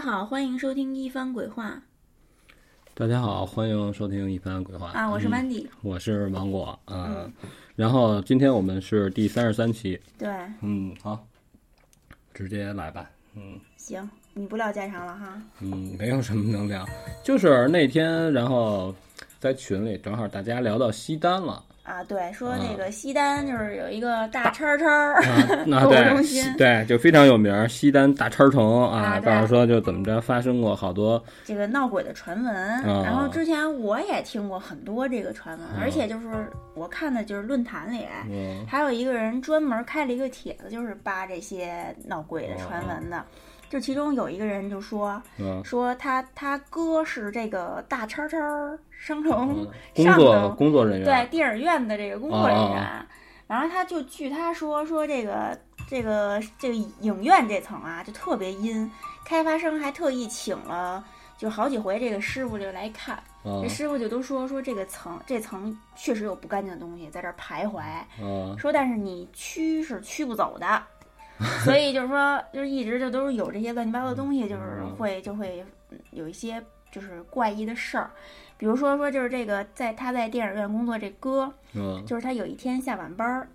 好，欢迎收听《一番鬼话大家好，欢迎收听《一番鬼话》》啊，我是嗯嗯 Mandy，、我是芒果，呃、然后今天我们是第三十三期，对，嗯，好，直接来吧，嗯行，你不聊家常了哈，嗯，没有什么能聊，就是那天，然后在群里正好大家聊到西单了，啊，对，说啊这个西单就是有一个大叉叉，啊、那购物对中心西对就非常有名儿，西单大叉城啊啊，对告诉说就怎么着发生过好多， 这个闹鬼的传闻。啊然后之前我也听过很多这个传闻，而且就是我看的就是论坛里，啊嗯还有一个人专门开了一个帖子，就是扒这些闹鬼哦的传闻的。就其中有一个人就说嗯。说他他哥是这个大叉叉商城嗯工上作头工作人对员，电影院的这个工作人员，哦然后他就据他说说这个这个这个影院这层啊就特别阴，开发商还特意请了就好几回这个师傅就来看，这嗯师傅就都说说这个层这层确实有不干净的东西在这儿徘徊，嗯，说但是你驱是驱不走的，所以就是说就是一直就都是有这些乱七八糟的东西，就是嗯会就会嗯有一些就是怪异的事儿，比如说说就是这个在他在电影院工作这哥，嗯就是他有一天下晚班儿，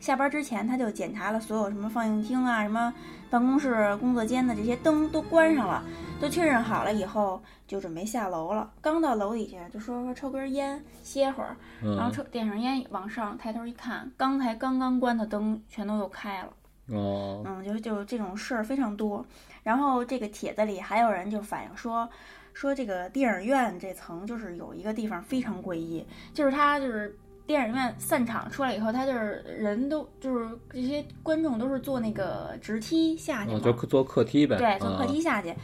下班之前他就检查了所有什么放映厅啊、什么办公室、工作间的这些灯都关上了，都确认好了以后，就准备下楼了。刚到楼底下，就说说抽根烟歇会儿，然后嗯，抽点上烟往上，抬头一看，刚才刚刚关的灯全都又开了。哦，嗯，就就这种事儿非常多。然后这个帖子里还有人就反映说，说这个电影院这层就是有一个地方非常诡异，就是它就是电影院散场出来以后，它就是人都就是这些观众都是坐那个直梯下去嘛，哦就做客梯呗，啊对，坐客嗯梯下去。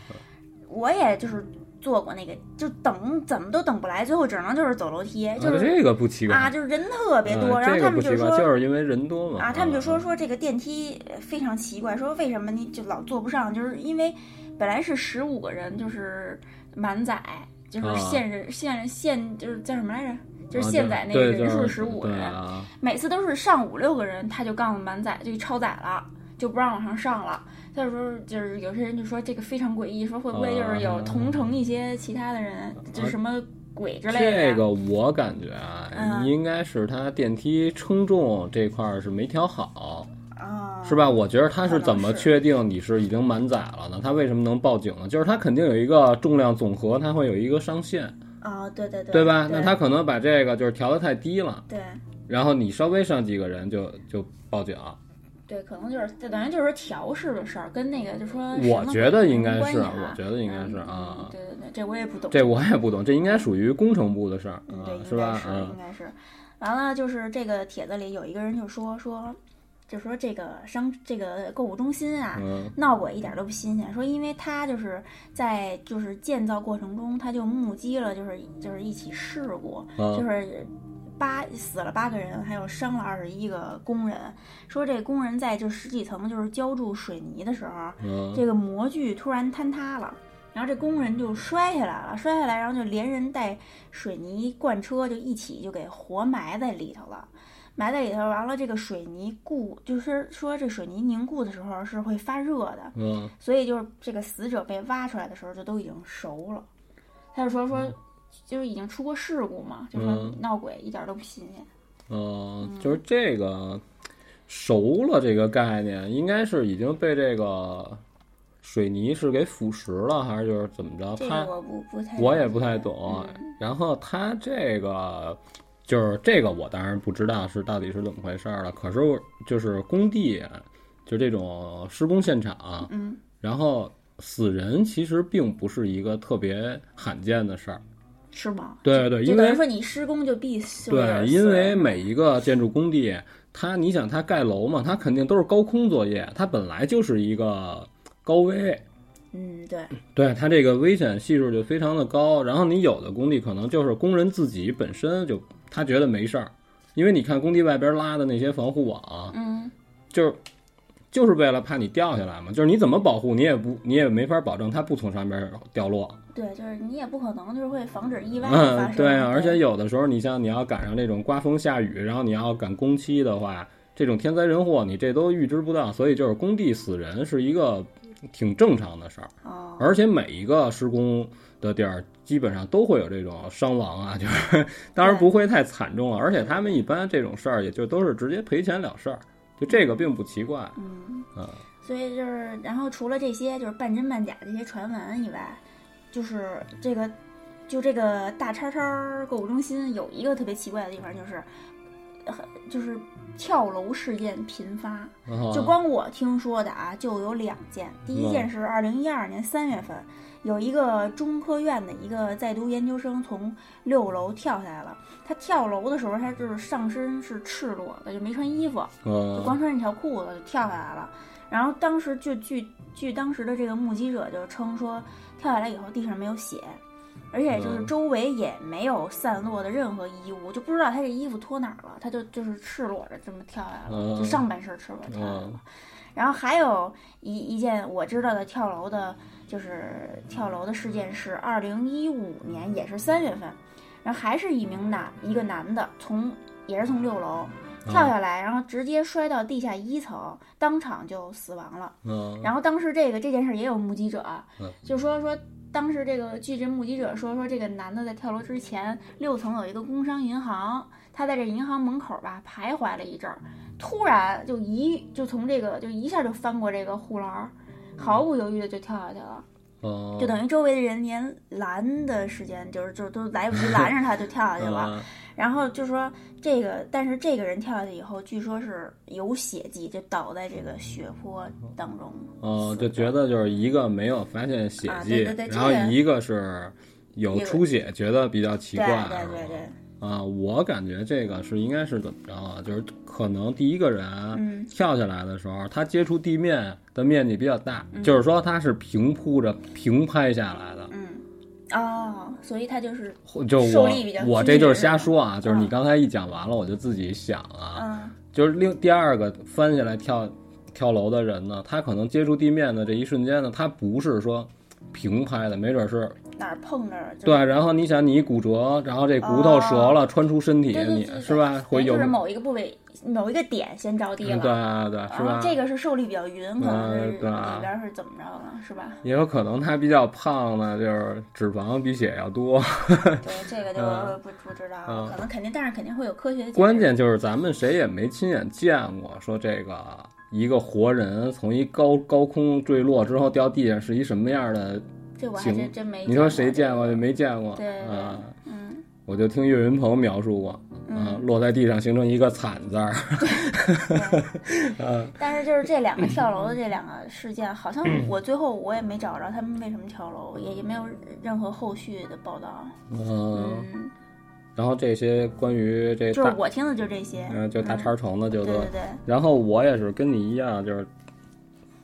我也就是坐过那个，就等怎么都等不来，最后只能就是走楼梯，哎就啊是这个不奇怪啊，就是人特别多，嗯然后这他个们不就奇说怪，就是因为人多嘛啊，他们就说嗯说这个电梯呃非常奇怪，说为什么你就老坐不上，就是因为本来是十五个人，就是满载，就是啊限人、限人限就是叫什么来着？就啊是对限载那个对人就数是十五个对人，啊每次都是上五六个人，他就杠满载，就超载了，就不让往上上了。他就说，就是有些人就说这个非常诡异，说会不会就是有啊同城一些其他的人，就是什么鬼之类的呀。这个我感觉啊，嗯应该是他电梯称重这块儿是没调好，啊，是吧？我觉得他是可怎么能是确定你是已经满载了呢？他为什么能报警呢？就是他肯定有一个重量总和，它会有一个上限，啊，对对对，对吧？对那他可能把这个就是调的太低了，对。然后你稍微上几个人就就报警。对，可能就是就等于就是调试的事儿，跟那个就说什我么觉得鬼应该没关是，系啊我觉得应该是嗯嗯啊，对对对，这我也不懂，这我也不懂，这应该属于工程部的事儿嗯，啊对，，是应该吧？是嗯应。该是。完了，就是这个帖子里有一个人就说说，就说这个商这个购物中心啊，嗯闹鬼一点都不新鲜，说因为他就是在就是建造过程中，他就目击了就是就是一起事故，嗯就是八死了八个人，还有伤了二十一个工人。说这工人在就十几层就是浇筑水泥的时候，嗯这个模具突然坍塌了。然后这工人就摔下来了，摔下来，然后就连人带水泥罐车就一起就给活埋在里头了。埋在里头，完了这个水泥固，就是说这水泥凝固的时候是会发热的，嗯所以就是这个死者被挖出来的时候就都已经熟了。他就说说，就是已经出过事故嘛，就说嗯闹鬼一点都不新鲜。嗯，就是这个熟了这个概念，应该是已经被这个水泥是给腐蚀了，还是就是怎么着？这它个我不不太，我也不太懂嗯。然后它这个就是这个，我当然不知道是到底是怎么回事儿了。可是我就是工地，就这种施工现场，嗯，然后死人其实并不是一个特别罕见的事儿。是吗？对对，就因等为于说你施工就必须对，因为每一个建筑工地，它你想它盖楼嘛，它肯定都是高空作业，它本来就是一个高危，嗯对对它这个危险系数就非常的高。然后你有的工地可能就是工人自己本身就他觉得没事儿，因为你看工地外边拉的那些防护网，嗯就是就是为了怕你掉下来嘛，就是你怎么保护你也不你也没法保证它不从上面掉落。对，就是你也不可能就是会防止意外的发嗯，生。对啊，而且有的时候，你像你要赶上这种刮风下雨，然后你要赶工期的话，这种天灾人祸你这都预知不到，所以就是工地死人是一个挺正常的事儿。哦，而且每一个施工的地儿基本上都会有这种伤亡啊，就是 当然不会太惨重了。而且他们一般这种事儿也就都是直接赔钱了事儿，就这个并不奇怪。嗯嗯，所以就是，然后除了这些就是半真半假这些传闻以外，就是这个，就这个大叉叉购物中心有一个特别奇怪的地方，就是，呃就是跳楼事件频发。然后就光我听说的啊，就有两件。第一件是二零一二年三月份，有一个中科院的一个在读研究生从六楼跳下来了。他跳楼的时候，他就是上身是赤裸的，就没穿衣服，就嗯光穿一条裤子就跳下来了。然后当时就据据当时的这个目击者就称说，跳下来以后地上没有血，而且就是嗯周围也没有散落的任何衣物，就不知道他这衣服脱哪儿了，他就就是赤裸着这么跳下来了，就嗯上半身赤裸跳下来了。嗯然后还有一一件我知道的跳楼的，就是跳楼的事件是二零一五年，也是三月份，然后还是一名男一个男的从也是从六楼跳下来，然后直接摔到地下一层，当场就死亡了。嗯然后当时这个这件事也有目击者，啊嗯就说说当时这个据这目击者说说这个男的在跳楼之前，六层有一个工商银行，他在这银行门口吧徘徊了一阵儿，突然就一就从这个就一下就翻过这个护栏儿，毫不犹豫的就跳下去了，嗯，就等于周围的人连拦的时间就是就都来不及拦着他就跳下去了。嗯然后就说这个，但是这个人跳下去以后，据说是有血迹，就倒在这个血泊当中。嗯，就觉得就是一个没有发现血啊迹对对对，然后这个一个是有出血，觉得比较奇对怪，对是对吧对，啊，我感觉这个是应该是怎么着啊？就是可能第一个人嗯跳下来的时候，他接触地面的面积比较大，就是说他是平铺着平拍下来的。嗯，哦，所以他就是或就受我力比较我均这就是匀是吧瞎说啊，就是你嗯刚才一讲完了，我就自己想啊，嗯就是另第二个翻下来跳跳楼的人呢，他可能接触地面的这一瞬间呢，他不是说平拍的，没准是哪儿碰着了，就对。然后你想，你一骨折，然后这骨头折了，穿出身体，对对你对对是吧？会有哎就是某一个部位某一个点先着地嗯了，对对，是然吧后？这个是受力比较匀，可能是嗯对啊里边是怎么着了，是 吧？也有可能他比较胖呢，就是脂肪比血要多。对，这个就不不知道了，可能肯定，但是肯定会有科学的解释嗯关键就是咱们谁也没亲眼见过，说这个一个活人从一高高空坠落之后掉地上是一什么样的？这我还真行真没你过说谁见过？就没见过。对对啊，嗯我就听岳云鹏描述过，啊，落在地上形成一个惨字儿。 对，但是就是这 两个跳楼的这两个事件，好像嗯我最后我也没找着他们为什么跳楼，也也没有任何后续的报道。嗯，嗯，然后这些关于这就是大，我听的就这些。嗯，就大肠虫的就对都对对，然后我也是跟你一样，就是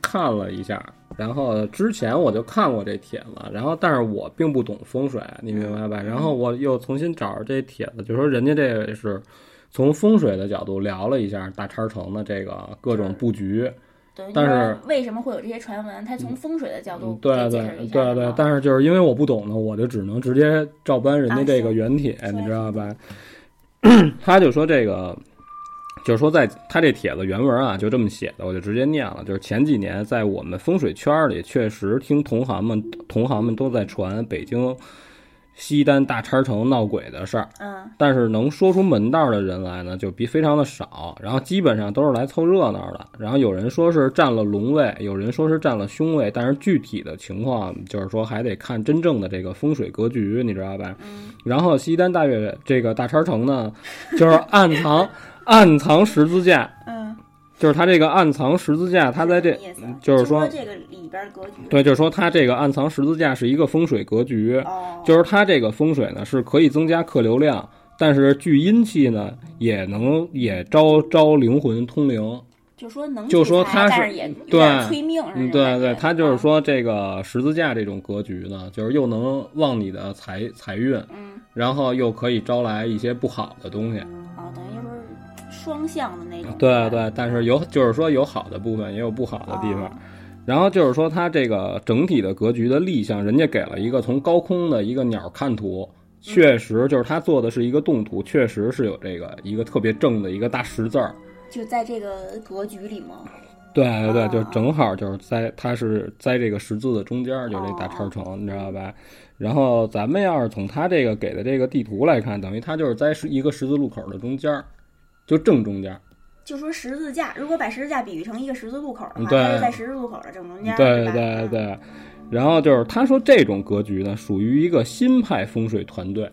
看了一下，然后之前我就看过这帖子，然后但是我并不懂风水，你明白嗯吧？然后我又重新找着这帖子，就说人家这个是从风水的角度聊了一下大叉城的这个各种布局，对，但你说是嗯为什么会有这些传闻？它从风水的角度对啊给对解释一下对对，但是就是因为我不懂呢，我就只能直接照搬人家这个啊行原帖，说你一知下道吧？ 他就说这个，就是说在他这帖子原文啊，就这么写的，我就直接念了。就是前几年在我们风水圈儿里，确实听同行们同行们都在传北京西单大叉城闹鬼的事儿，嗯但是能说出门道的人来呢，就比非常的少。然后基本上都是来凑热闹的。然后有人说是占了龙位，有人说是占了凶位，但是具体的情况就是说还得看真正的这个风水格局，你知道吧？然后西单大悦这个大叉城呢，就是暗藏暗藏十字架，嗯，就是它这个暗藏十字架，它在这嗯什么意思啊就是说说这个里边格局对，就是说它这个暗藏十字架是一个风水格局。哦，就是它这个风水呢是可以增加客流量，但是聚阴气呢也能也招招灵魂通灵。就说能就聚说财它但是是也有对点催命是嗯，那种对感对，觉它就是啊说这个十字架这种格局呢，就是又能旺你的财财运，嗯然后又可以招来一些不好的东西。哦，等于就是双向的那种对是吧对，但是有就是说有好的部分，也有不好的地方。哦然后就是说，它这个整体的格局的立项，人家给了一个从高空的一个鸟看图，确实就是他做的是一个动图，确实是有这个一个特别正的一个大十字儿。就在这个格局里嘛对对对，就啊正好就是在它是在这个十字的中间儿，就这大叉城，你知道吧？然后咱们要是从它这个给的这个地图来看，等于它就是在是一个十字路口的中间儿，就正中间儿。就说十字架，如果把十字架比喻成一个十字路口的话，对它是在十字路口的正中间，对是吧对嗯对。然后就是他说这种格局呢，属于一个新派风水团队，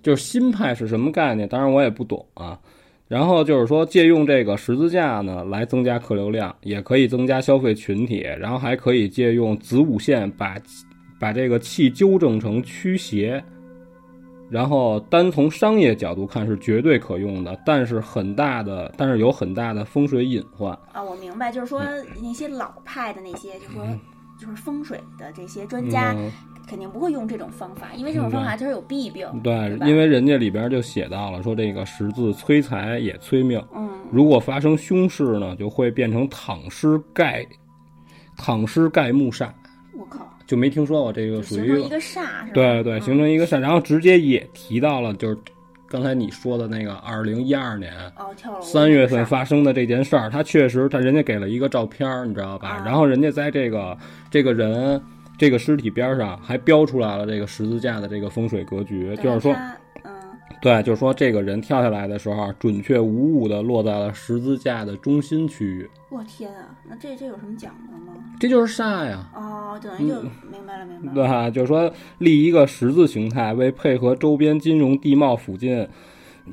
就是新派是什么概念？当然我也不懂啊。然后就是说，借用这个十字架呢，来增加客流量，也可以增加消费群体，然后还可以借用子午线把把这个气纠正成驱邪。然后单从商业角度看是绝对可用的，但是很大的，但是有很大的风水隐患。啊，我明白，就是说那些老派的那些，就说就是风水的这些专家，嗯肯定不会用这种方法，因为这种方法就是有弊病。对，吧因为人家里边就写到了，说这个十字催财也催命，嗯，如果发生凶事呢，就会变成躺尸盖，躺尸盖木煞，我靠，就没听说过这个就属形于成一个嗯煞是吧？对对，形成一个煞，然后直接也提到了，就是刚才你说的那个二零一二年哦，跳楼三月份煞发生的这件事儿，他确实，他人家给了一个照片儿，你知道吧啊？然后人家在这个这个人这个尸体边儿上还标出来了这个十字架的这个风水格局，对就是说。它嗯，对，就是说这个人跳下来的时候，啊准确无误的落在了十字架的中心区域，我天啊，那这这有什么讲究吗？这就是煞呀，哦，等于就明白了，明白嗯对了。吧？就是说立一个十字形态，为配合周边金融地貌附近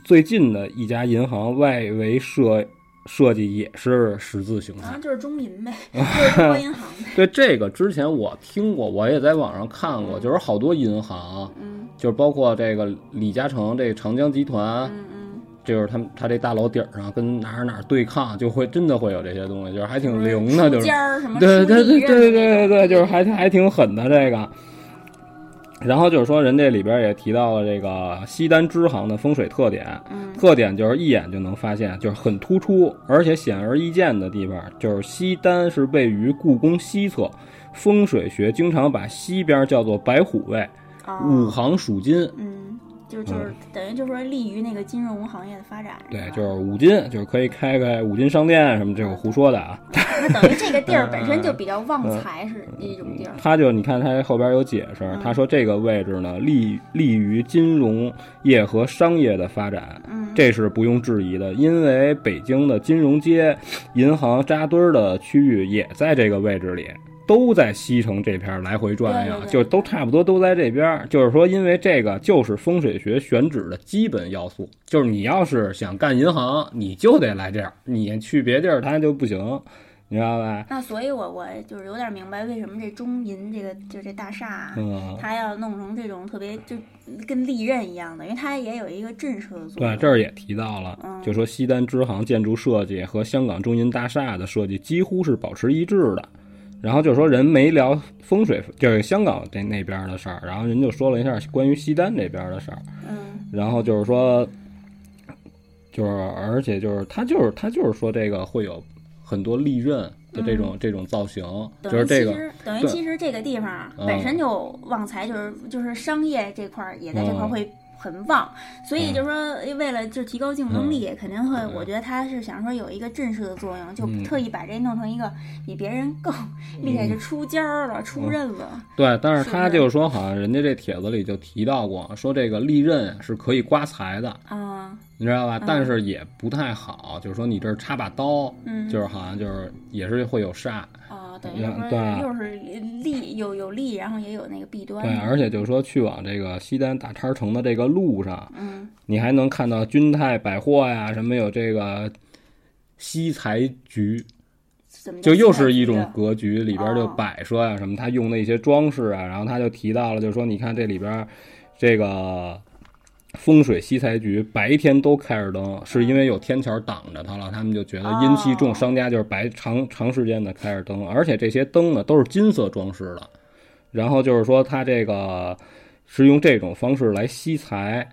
最近的一家银行外围设设计也是十字形然态后。啊就是中银 呗，就是中国银行呗。对这个之前我听过，我也在网上看过，就是好多银行，嗯就是包括这个李嘉诚这长江集团，嗯嗯，就是他们他这大楼顶上跟哪儿哪儿对抗，就会真的会有这些东西，就是还挺灵的，就书是尖儿什么对书对对立对刃对的那对种嗯对，就是还还挺狠的这个。然后就是说，人这里边也提到了这个西单支行的风水特点，嗯特点就是一眼就能发现，就是很突出，而且显而易见的地方，就是西单是位于故宫西侧，风水学经常把西边叫做白虎位，哦五行属金，嗯，就就是等于就是说利于那个金融行业的发展。对，吧就是五金，就是可以开开五金商店什么，这个胡说的啊。那等于这个地儿本身就比较旺财是一种地儿。他就你看他后边有解释，嗯他说这个位置呢，利利于金融业和商业的发展，嗯这是不用质疑的，因为北京的金融街、银行扎堆儿的区域也在这个位置里。都在西城这片儿来回转悠对，对对就都差不多都在这边儿。就是说，因为这个就是风水学选址的基本要素，就是你要是想干银行，你就得来这儿，你去别地儿它就不行，你知道吧？那所以我，我就是有点明白为什么这中银这个就这大厦、啊，嗯，它要弄成这种特别就跟利刃一样的，因为它也有一个震慑的作对，用。这儿也提到了，嗯就说西单支行建筑设计和香港中银大厦的设计几乎是保持一致的。然后就说人没聊风水，就是香港这那边的事儿，然后人就说了一下关于西单这边的事儿。嗯然后就是说，就是而且就是他就是他就是说这个会有很多利刃的这种、这种造型，就等于嗯其是这个实等于对其实这个地方啊嗯本身就旺财，就是就是商业这块儿也在这块儿嗯会很旺，所以就说为了就提高竞嗯争力，肯定会，对我觉得他是想说有一个震慑的作用，就嗯特意把这弄成一个比别人更厉害，就出尖儿了，出嗯刃了。对，但是是他不是就是说，好像人家这帖子里就提到过，说这个利刃是可以刮财的，啊，你知道吧？但是也不太好，就是说你这儿插把刀，嗯，就是好像就是也是会有煞，啊，等于嗯说对啊又是利有有利，然后也有那个弊端对，，啊而且就是说去往这个西单大叉城的这个路上，嗯，你还能看到君泰百货呀，什么有这个西财局，怎么就又现在是一觉得种格局里边就哦摆设啊呀、什么，他用的一些装饰啊，然后他就提到了，就是说你看这里边这个。风水西财局白天都开着灯，是因为有天桥挡着它了，他们就觉得阴气重，嗯哦商家就是白长长时间的开着灯，而且这些灯呢都是金色装饰的，然后就是说它这个是用这种方式来吸财，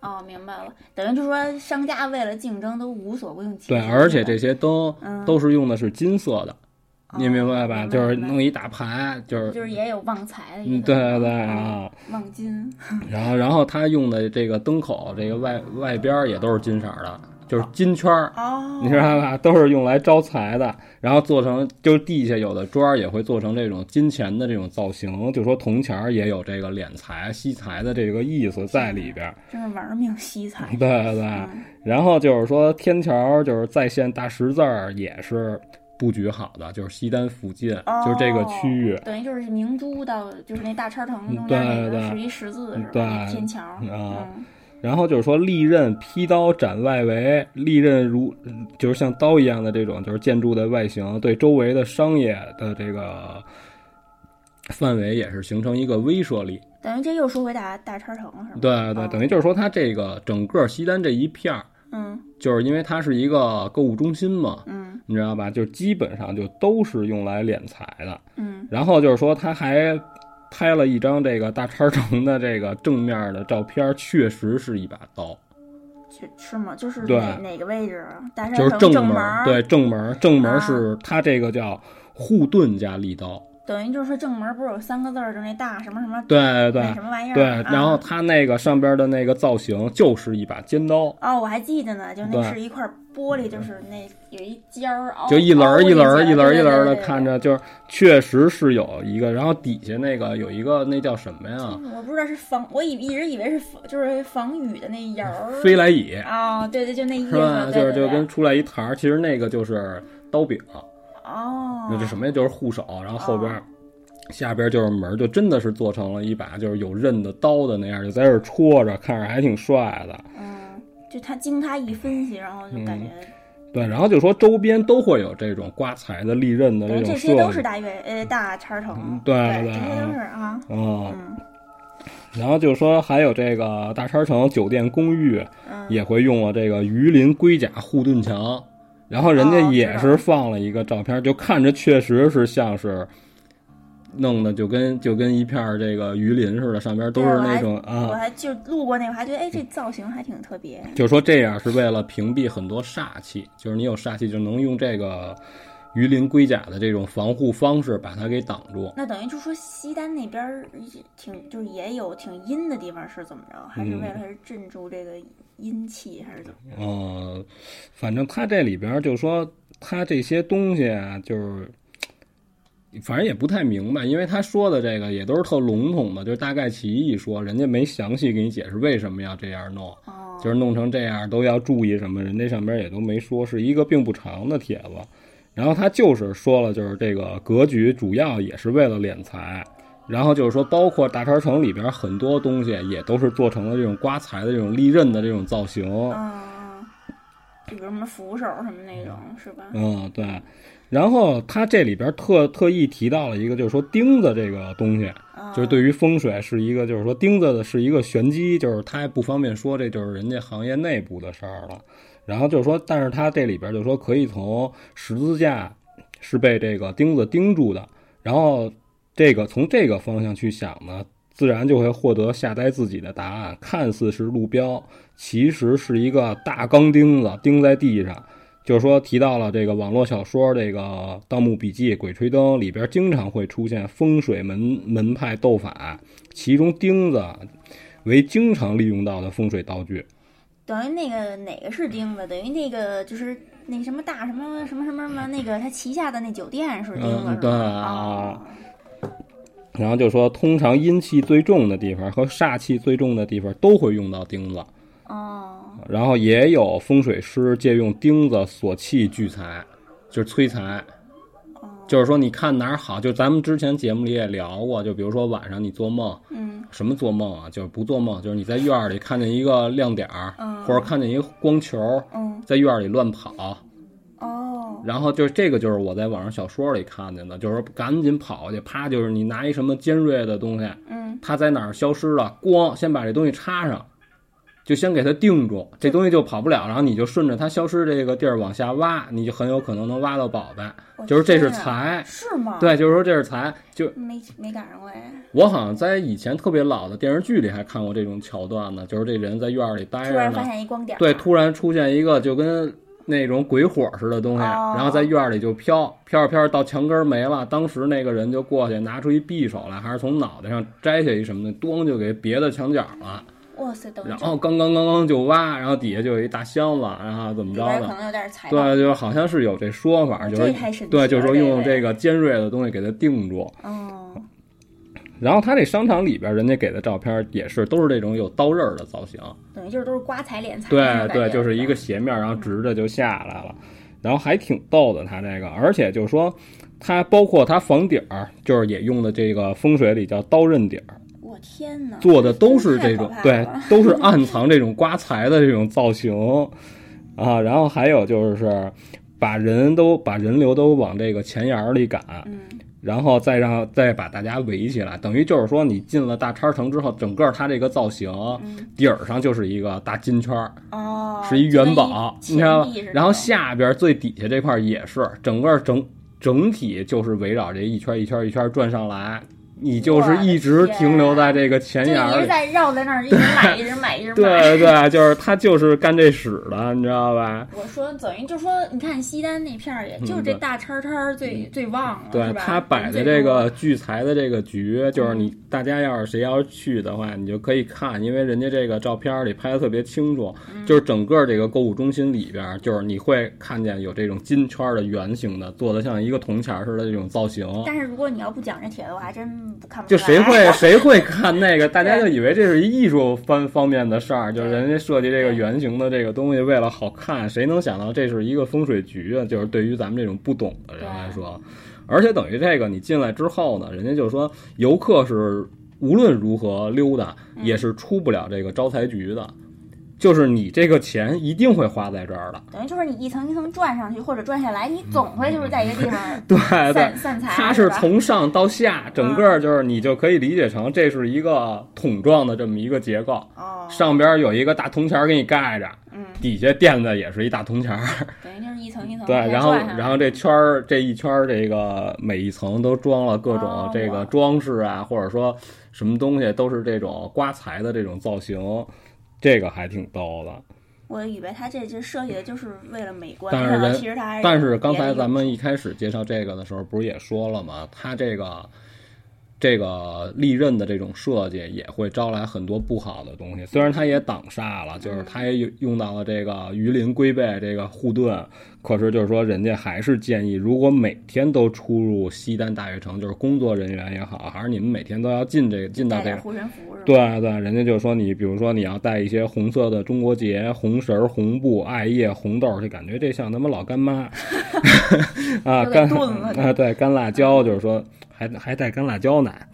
哦，明白了，等于就说商家为了竞争都无所不用其极对，了。而且这些灯嗯都是用的是金色的，你明白吧？哦就是明白弄一大排，就是就是也有旺财的一嗯，个对地方，对对嗯啊，旺金，然后然后他用的这个灯口这个外外边儿也都是金色儿的，就是金圈儿，哦，你知道吧？都是用来招财的，然后做成就是地下有的砖儿也会做成这种金钱的这种造型，就说铜钱儿也有这个敛财吸财的这个意思在里边儿。真是玩命惜才对。对对，然后就是说天桥就是在线大十字儿也是布局好的，就是西单附近，哦就是这个区域。等于就是明珠到就是那大叉藤中对间那个对是一十字是吧？对那天桥，啊嗯，然后就是说利刃劈刀斩外围，利刃如就是像刀一样的这种就是建筑的外形，对周围的商业的这个范围也是形成一个威慑力。等于这又说回大大叉藤了是吧？对对，哦等于就是说它这个整个西单这一片儿，嗯就是因为它是一个购物中心嘛，嗯你知道吧？就基本上就都是用来敛财的。嗯，然后就是说他还拍了一张这个大叉城的这个正面的照片，确实是一把刀，是是吗？就是对哪哪个位置啊？大叉就藤是正门门儿儿，，对正门儿，正门啊儿是他这个叫护盾加利刀，等于就是说正门儿不是有三个字儿，就那大什么什么对对那什么玩意儿？对，啊然后他那个上边的那个造型就是一把尖刀。哦，我还记得呢，就那对是一块玻璃，就是那有一尖儿，凹就一轮儿一轮儿一轮儿一轮儿的看。凹进去着，就是确实是有一个，然后底下那个有一个那叫什么呀？对对对对嗯我不知道是防，我以一直以为是防，就是防雨的那摇儿。飞来椅哦，对对，就那意嗯是思，吧？对就是对就对跟出来一台儿，其实那个就是刀柄，哦，那这什么呀？就是护手，然后后边儿下边儿就是门儿，就真的是做成了一把就是有刃的刀的那样，就在这儿戳着，看着还挺帅的。嗯，就他经他一分析，然后就感觉，嗯对，然后就说周边都会有这种刮财的利刃的等于种这设些都是计。大月呃大叉嗯城，对对，这对些都是啊，啊、嗯然后就说还有这个大叉城酒店公寓嗯，也会用了这个鱼鳞龟甲护盾墙，然后人家哦知也道是放了一个照片，就看着确实是像是弄的就跟就跟一片儿这个鱼鳞似的，上边都对是我那还种啊，我还就路过那个，还觉得哎嗯这造型还挺特别，就说这样是为了屏蔽很多煞气，就是你有煞气就能用这个鱼鳞龟甲的这种防护方式把它给挡住。那等于就说西单那边儿也挺就是也有挺阴的地方，是怎么着？还是为嗯了是镇住这个阴气，还是怎么？呃，反正它这里边就说它这些东西啊，就是。反正也不太明白，因为他说的这个也都是特笼统的，就是大概其一说，人家没详细给你解释为什么要这样弄，哦，就是弄成这样都要注意什么，人家上边也都没说，是一个并不长的帖子。然后他就是说了，就是这个格局主要也是为了敛财，然后就是说，包括大肠城里边很多东西也都是做成了这种刮财的这种利刃的这种造型，嗯，就比如什么扶手什么那种，是吧？嗯，对。然后他这里边特特意提到了一个，就是说钉子这个东西，啊就是对于风水是一个，就是说钉子的是一个玄机，就是他也不方便说，这就是人家行业内部的事儿了。然后就是说，但是他这里边就说可以从十字架是被这个钉子钉住的，然后这个从这个方向去想呢，自然就会获得下呆自己的答案。看似是路标，其实是一个大钢钉子钉在地上。就是说，提到了这个网络小说这个《盗墓笔记》《鬼吹灯》里边，经常会出现风水门门派斗法，其中钉子为经常利用到的风水道具。等于那个哪个是钉子？等于那个就是那什么大什么什么什么什么那个他旗下的那酒店是钉子嗯是吧？对哦，然后就说，通常阴气最重的地方和煞气最重的地方都会用到钉子，哦，然后也有风水师借用钉子锁气聚财，就是催财。就是说，你看哪儿好，就咱们之前节目里也聊过，就比如说晚上你做梦，嗯，什么做梦啊？就是不做梦，就是你在院儿里看见一个亮点儿，嗯或者看见一个光球儿，嗯，在院儿里乱跑，哦，然后就是这个就是我在网上小说里看见的，就是说赶紧跑去，啪，就是你拿一什么尖锐的东西，嗯，它在哪儿消失了，咣，先把这东西插上，就先给它定住，这东西就跑不了，然后你就顺着它消失这个地儿往下挖，你就很有可能能挖到宝贝，我就是这是天啊，财。是吗？，对，就是说这是财，就没没赶上过哎，我好像在以前特别老的电视剧里还看过这种桥段呢，就是这人在院儿里待突着然发呢，现一光点儿，对，突然出现一个就跟那种鬼火似的东西，哦然后在院儿里就飘，飘着飘着到墙根儿没了，当时那个人就过去拿出一匕首来，还是从脑袋上摘下一什么的，咣就给别的墙角了，哇塞，等于然这后刚刚刚刚就挖，然后底下就有一大箱子，然后怎么里着边可的？能有点财报，对，就是好像是有这说法，就这是太神奇了，对，就是说用这个，个尖锐的东西给它定住。嗯，然后他这商场里边人家给的照片也是都是这种有刀刃儿的造型，等于就是都是刮财敛财那种对感觉，对，就是一吧个斜面，然后嗯直着就下来了，然后还挺逗的，它这个，而且就是说，它包括它房顶儿，就是也用的这个风水里叫刀刃顶儿，我天哪，做的都是这太可种怕对了，都是暗藏这种刮财的这种造型啊，然后还有就是把人都把人流都往这个前沿儿里赶，嗯，然后再让再把大家围起来，等于就是说你进了大叉城之后，整个它这个造型嗯底儿上就是一个大金圈儿。哦，是一元宝，就你跟一看吧钱币似的，然后下边最底下这块也是，整个整整体就是围绕这一圈一圈一圈转上来，你就是一直停留在这个前啊就沿一儿直里。在绕在那儿，一直买，一直买，一直买。对对，就是他就是干这使的，你知道吧？我说等于就说，你看西单那片儿也，嗯就是这大叉叉儿最、最旺了，对啊是吧？他摆的这个聚财的这个局，就是你大家要是谁要去的话，你就可以看，因为人家这个照片里拍的特别清楚，嗯就是整个这个购物中心里边，就是你会看见有这种金圈的圆形的，做的像一个铜钱儿似的这种造型。但是如果你要不讲这帖子，我还真不看不出来。 就谁会谁会看那个？大家就以为这是艺术方方面的事儿，就是人家设计这个圆形的这个东西为了好看，谁能想到这是一个风水局啊？就是对于咱们这种不懂的人来说，而且等于这个你进来之后呢，人家就说游客是无论如何溜达嗯也是出不了这个招财局的，就是你这个钱一定会花在这儿的。等于就是你一层一层转上去或者转下来，你总会就是在一个地方对对散，散财。嗯它是吧嗯从上到下，整个就是你就可以理解成这是一个桶状的这么一个结构，哦，上边有一个大铜钱儿给你盖着，嗯，底下垫的也是一大铜钱儿，等于就是一层一层对，往下然后转上然后这圈儿这一圈儿这个每一层都装了各哦种这个装饰啊，或者说什么东西都是这种刮财的这种造型，这个还挺逗的。我以为他这这设计的就是为了美观，但是没想到人其实他还但是是刚别的才用咱们一开始介绍这个的时候，不是也说了吗？它这个这个利刃的这种设计也会招来很多不好的东西。虽然它也挡煞了，就是它也有用到了这个鱼鳞龟背这个护盾，可是就是说人家还是建议，如果每天都出入西单大悦城，就是工作人员也好，还是你们每天都要进这个进到带这个点护身符是吧？对啊对，人家就说你，比如说你要带一些红色的中国结、红绳儿、红布、艾叶、红豆儿，就感觉这像他妈老 干妈啊，有点干钝了 啊，对，干辣嗯椒，就是说还还带干辣椒奶，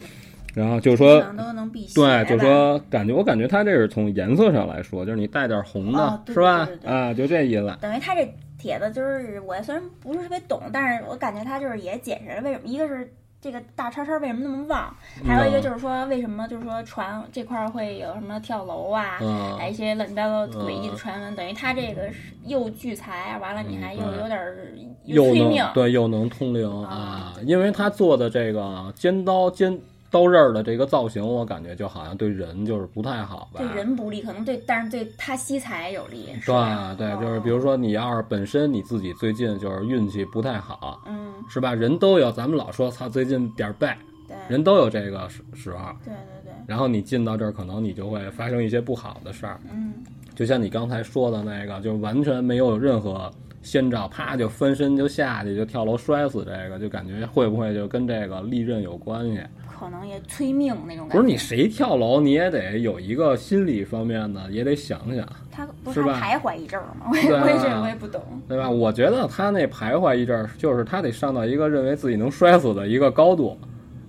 然后就基说本上都能避邪吧。对，就说感觉我感觉它这是从颜色上来说，就是你带点儿红的，哦对是吧对对？对啊，就这意思。等于他这帖子就是我虽然不是特别懂，但是我感觉他就是也解释了为什么，一个是这个大叉叉为什么那么旺，还嗯有一个就是说为什么就是说船这块儿会有什么跳楼啊。嗯还有一些乱七八糟的诡异的嗯传闻，等于他这个是又聚财，完了你还又嗯有点儿又催能命，对又能通灵啊，因为他做的这个尖刀尖刀刃儿的这个造型，我感觉就好像对人就是不太好吧对。人不利，可能对，但是对他吸财有利。是吧对对，就是比如说你要是本身你自己最近就是运气不太好，嗯，是吧？人都有，咱们老说操最近点儿背，对，人都有这个时时候。对对对，然后你进到这儿，可能你就会发生一些不好的事儿。嗯，就像你刚才说的那个，就完全没有任何先兆，啪就翻身就下去就跳楼摔死，这个就感觉会不会就跟这个利刃有关系？可能也催命那种感觉。不是你谁跳楼，你也得有一个心理方面的，也得想想，他不是是吧他徘徊一阵儿吗？我 也对啊我也这我也不懂。对吧？我觉得他那徘徊一阵儿，就是他得上到一个认为自己能摔死的一个高度。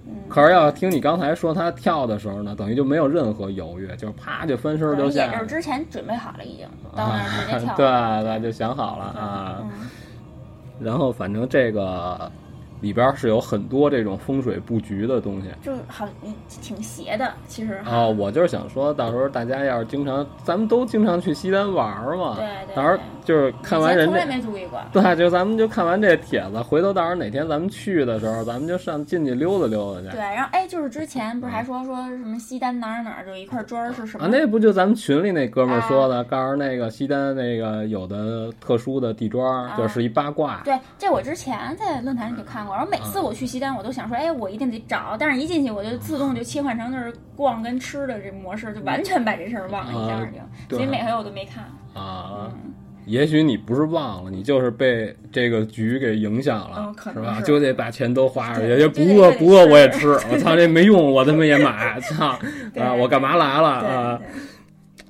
嗯，可是要听你刚才说他跳的时候呢，等于就没有任何犹豫，就是啪就翻身可就能也下就是去。之前准备好了，已经到那儿直 接跳。对对，就想好了啊。嗯，然后反正这个里边儿是有很多这种风水布局的东西就好，你挺邪的，其实啊。我就是想说到时候大家要是经常，咱们都经常去西单玩儿嘛，对对对到时候就是看完以前人从来家。没注意过。 对，就咱们就看完这帖子，回头到时候哪天咱们去的时候，咱们就上进去溜达溜达去对，。然后哎，就是之前不是还说说什么西单哪儿哪儿有一块砖儿是什么？嗯啊啊，那不就咱们群里那哥们儿说的，告诉那个西单那个有的特殊的地砖儿，啊就是一八卦。对，这我之前在论坛里就看过。然后每次嗯我去西单，我都想说，哎，我一定得找。但是一进去，我就自动就切换成就是逛跟吃的这模式，就完全把这事儿忘了，一下已经。啊对所以每回我都没看。啊。也许你不是忘了，你就是被这个局给影响了嗯，可是能吧？是就得把钱都花出去，对也不就得就饿得不饿吃我也吃，我操这没用，我他妈也买，操 啊！我干嘛来了对啊？对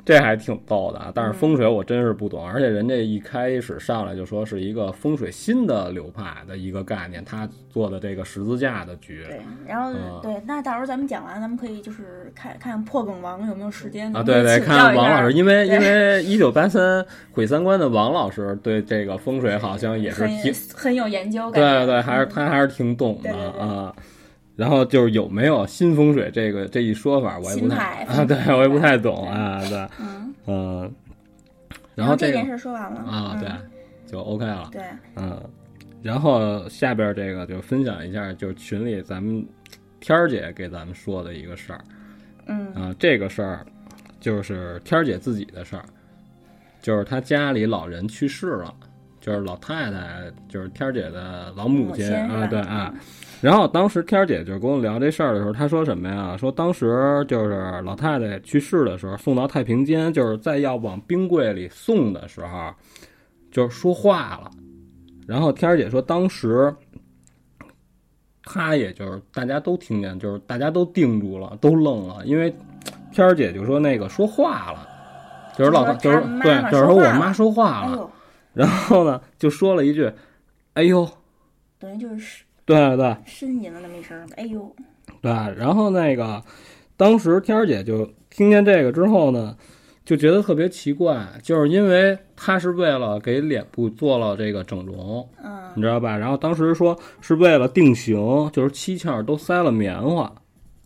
这还挺逗的啊！但是嗯风水我真是不懂，而且人家一开始上来就说是一个风水新的流派的一个概念，他做的这个十字架的局对，然后、嗯对，那到时候咱们讲完，咱们可以就是看看破梗王有没有时间啊，对对，看王老师，，因为对因为一九八三毁三观的王老师对这个风水好像也能是不能请教挺一下很很有研究感对觉。嗯对对，还是他还是挺懂对的对对啊。然后就是有没有新风水这个这一说法，我也不新太派啊，对我也不太懂啊，对，嗯，嗯，然然后这这个件事说完了啊，嗯对，就 OK 了，对，嗯。然后下边这个就分享一下，就是群里咱们天儿姐给咱们说的一个事儿嗯啊，这个事儿就是天儿姐自己的事儿，就是她家里老人去世了，就是老太太，就是天儿姐的老母母亲亲是啊，吧嗯对啊。然后当时天儿姐就跟我聊这事儿的时候，她说什么呀？说当时就是老太太去世的时候，送到太平间，就是再要往冰柜里送的时候，就是说话了。然后天儿姐说，当时她也就是大家都听见，就是大家都定住了，都愣了，因为天儿姐就说那个说话了，就是老太，就就是是她妈对，妈就是说说我话妈说话哎了。呦，然后呢，就说了一句：“哎呦，等于就是对对呻吟了那么一声，哎呦，对。”然后那个，当时天儿姐就听见这个之后呢，就觉得特别奇怪，就是因为她是为了给脸部做了这个整容，嗯你知道吧？然后当时说是为了定型，就是七窍都塞了棉花，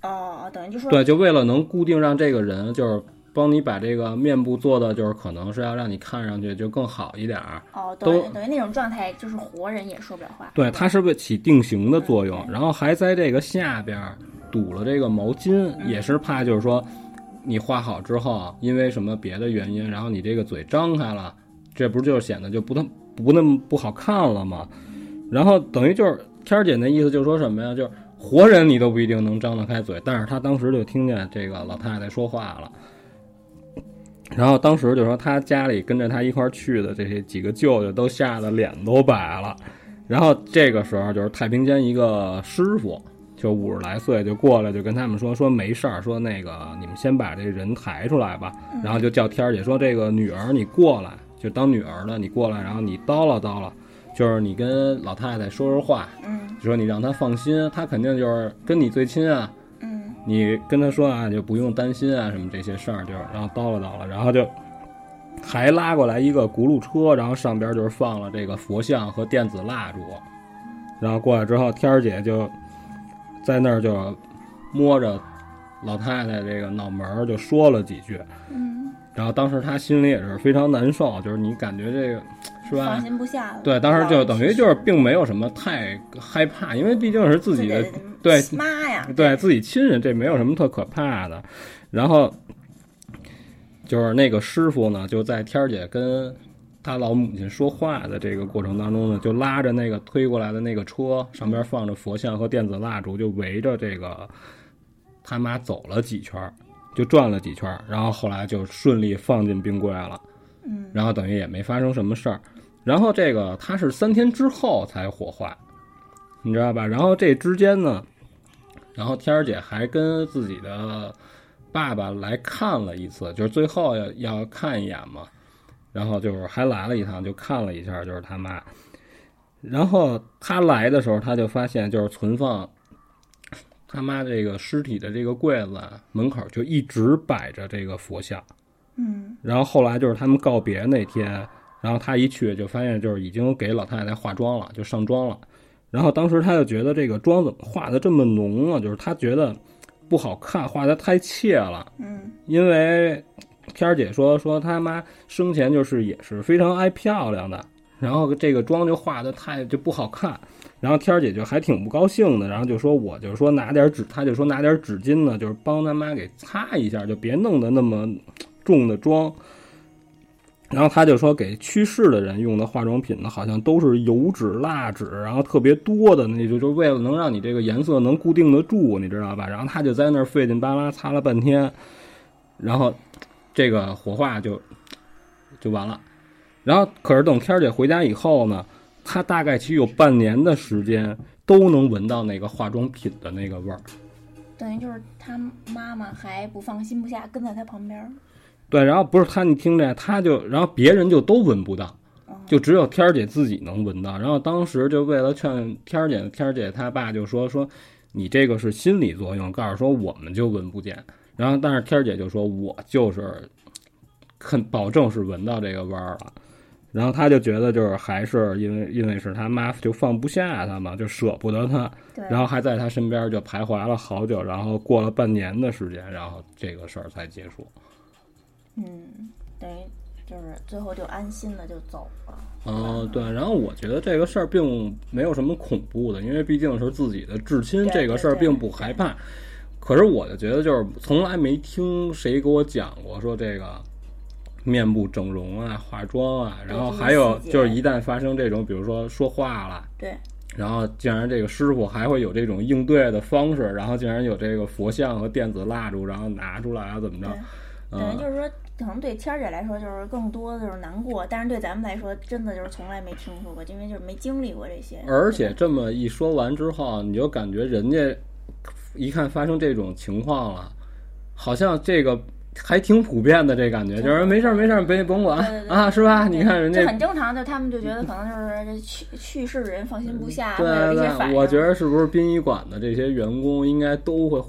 哦，等于就说对，就为了能固定让这个人就是。帮你把这个面部做的就是可能是要让你看上去就更好一点儿，哦，都等于等于那种状态就是活人也说不了话。对，它是为起定型的作用，然后还在这个下边儿堵了这个毛巾，也是怕就是说你画好之后，啊因为什么别的原因，然后你这个嘴张开了，这不就显得就不那不那么不好看了吗？然后等于就是天儿姐那意思就是说什么呀？就是活人你都不一定能张得开嘴，但是她当时就听见这个老太太说话了。然后当时就说她家里跟着她一块儿去的这些几个舅舅都吓得脸都白了，然后这个时候就是太平间一个师傅，就五十来岁，就过来就跟他们说说没事儿，说那个你们先把这人抬出来吧，然后就叫天儿姐说这个女儿你过来，就当女儿的你过来，然后你叨唠叨唠，就是你跟老太太说说话，嗯就说你让她放心，她肯定就是跟你最亲啊，嗯你跟他说啊，就不用担心啊，什么这些事儿，就是然后叨了叨了，然后就还拉过来一个轱辘车，然后上边就是放了这个佛像和电子蜡烛，然后过来之后，天儿姐就在那儿就摸着老太太这个脑门儿就说了几句，嗯，然后当时她心里也是非常难受，就是你感觉这个是吧放？心不下了。对，当时老就人等去于世就是并没有什么太害怕，因为毕竟是自己的对妈呀，对自己亲人，这没有什么特可怕的。然后就是那个师傅呢，就在天儿姐跟她老母亲说话的这个过程当中呢，就拉着那个推过来的那个车，上边放着佛像和电子蜡烛，就围着这个他妈走了几圈儿，就转了几圈儿，然后后来就顺利放进冰柜了。嗯，然后等于也没发生什么事儿。然后这个他是三天之后才火化，你知道吧？然后这之间呢，然后天儿姐还跟自己的爸爸来看了一次，就是最后要要看一眼嘛。然后就是还来了一趟，就看了一下，就是他妈。然后他来的时候，他就发现就是存放他妈这个尸体的这个柜子啊门口就一直摆着这个佛像。嗯然后后来就是他们告别那天，然后他一去就发现就是已经给老太太化妆了，就上妆了。然后当时他就觉得这个妆怎么化的这么浓啊？就是他觉得不好看，化的太怯了。嗯因为天儿姐说说她妈生前就是也是非常爱漂亮的，然后这个妆就化的太就不好看，然后天儿姐就还挺不高兴的，然后就说我就说拿点纸，她就说拿点纸巾呢，就是帮她妈给擦一下，就别弄得那么重的妆。然后他就说，给去世的人用的化妆品呢，好像都是油脂、蜡脂，然后特别多的，那就就为了能让你这个颜色能固定得住，你知道吧？然后他就在那儿费劲巴拉擦了半天，然后这个火化就就完了。然后，可是等天儿姐回家以后呢，她大概其实有半年的时间都能闻到那个化妆品的那个味儿。等于就是他妈妈还不放心不下，跟在他旁边儿。对，然后不是她，你听着，她就，然后别人就都闻不到，就只有天儿姐自己能闻到。然后当时就为了劝天儿姐，天儿姐她爸就说说你这个是心理作用，告诉说我们就闻不见。然后但是天儿姐就说，我就是肯保证是闻到这个味儿了。然后她就觉得就是还是因为因为是她妈就放不下她嘛，就舍不得她，对，然后还在她身边就徘徊了好久，然后过了半年的时间，然后这个事儿才结束。嗯，等于就是最后就安心的就走了。哦，对，然后我觉得这个事儿并没有什么恐怖的，因为毕竟是自己的至亲，对这个事儿对并不害怕。可是我就觉得，就是从来没听谁给我讲过说这个面部整容啊、化妆啊，对然后这些还有细节就是一旦发生这种，比如说说话了，对，然后竟然这个师傅还会有这种应对的方式，然后竟然有这个佛像和电子蜡烛，然后拿出来啊怎么着对？嗯等于就是说，可能对天儿姐来说就是更多的就是难过，但是对咱们来说，真的就是从来没听说过，因为就是没经历过这些。而且这么一说完之后，啊你就感觉人家一看发生这种情况了，好像这个还挺普遍的，这感觉就是没事儿没事儿，别甭管对对对啊，是吧？你看人这家。很正常，就他们就觉得可能就是去去世人放心不下，对会有一些反对，应。我觉得是不是殡仪馆的这些员工应该都会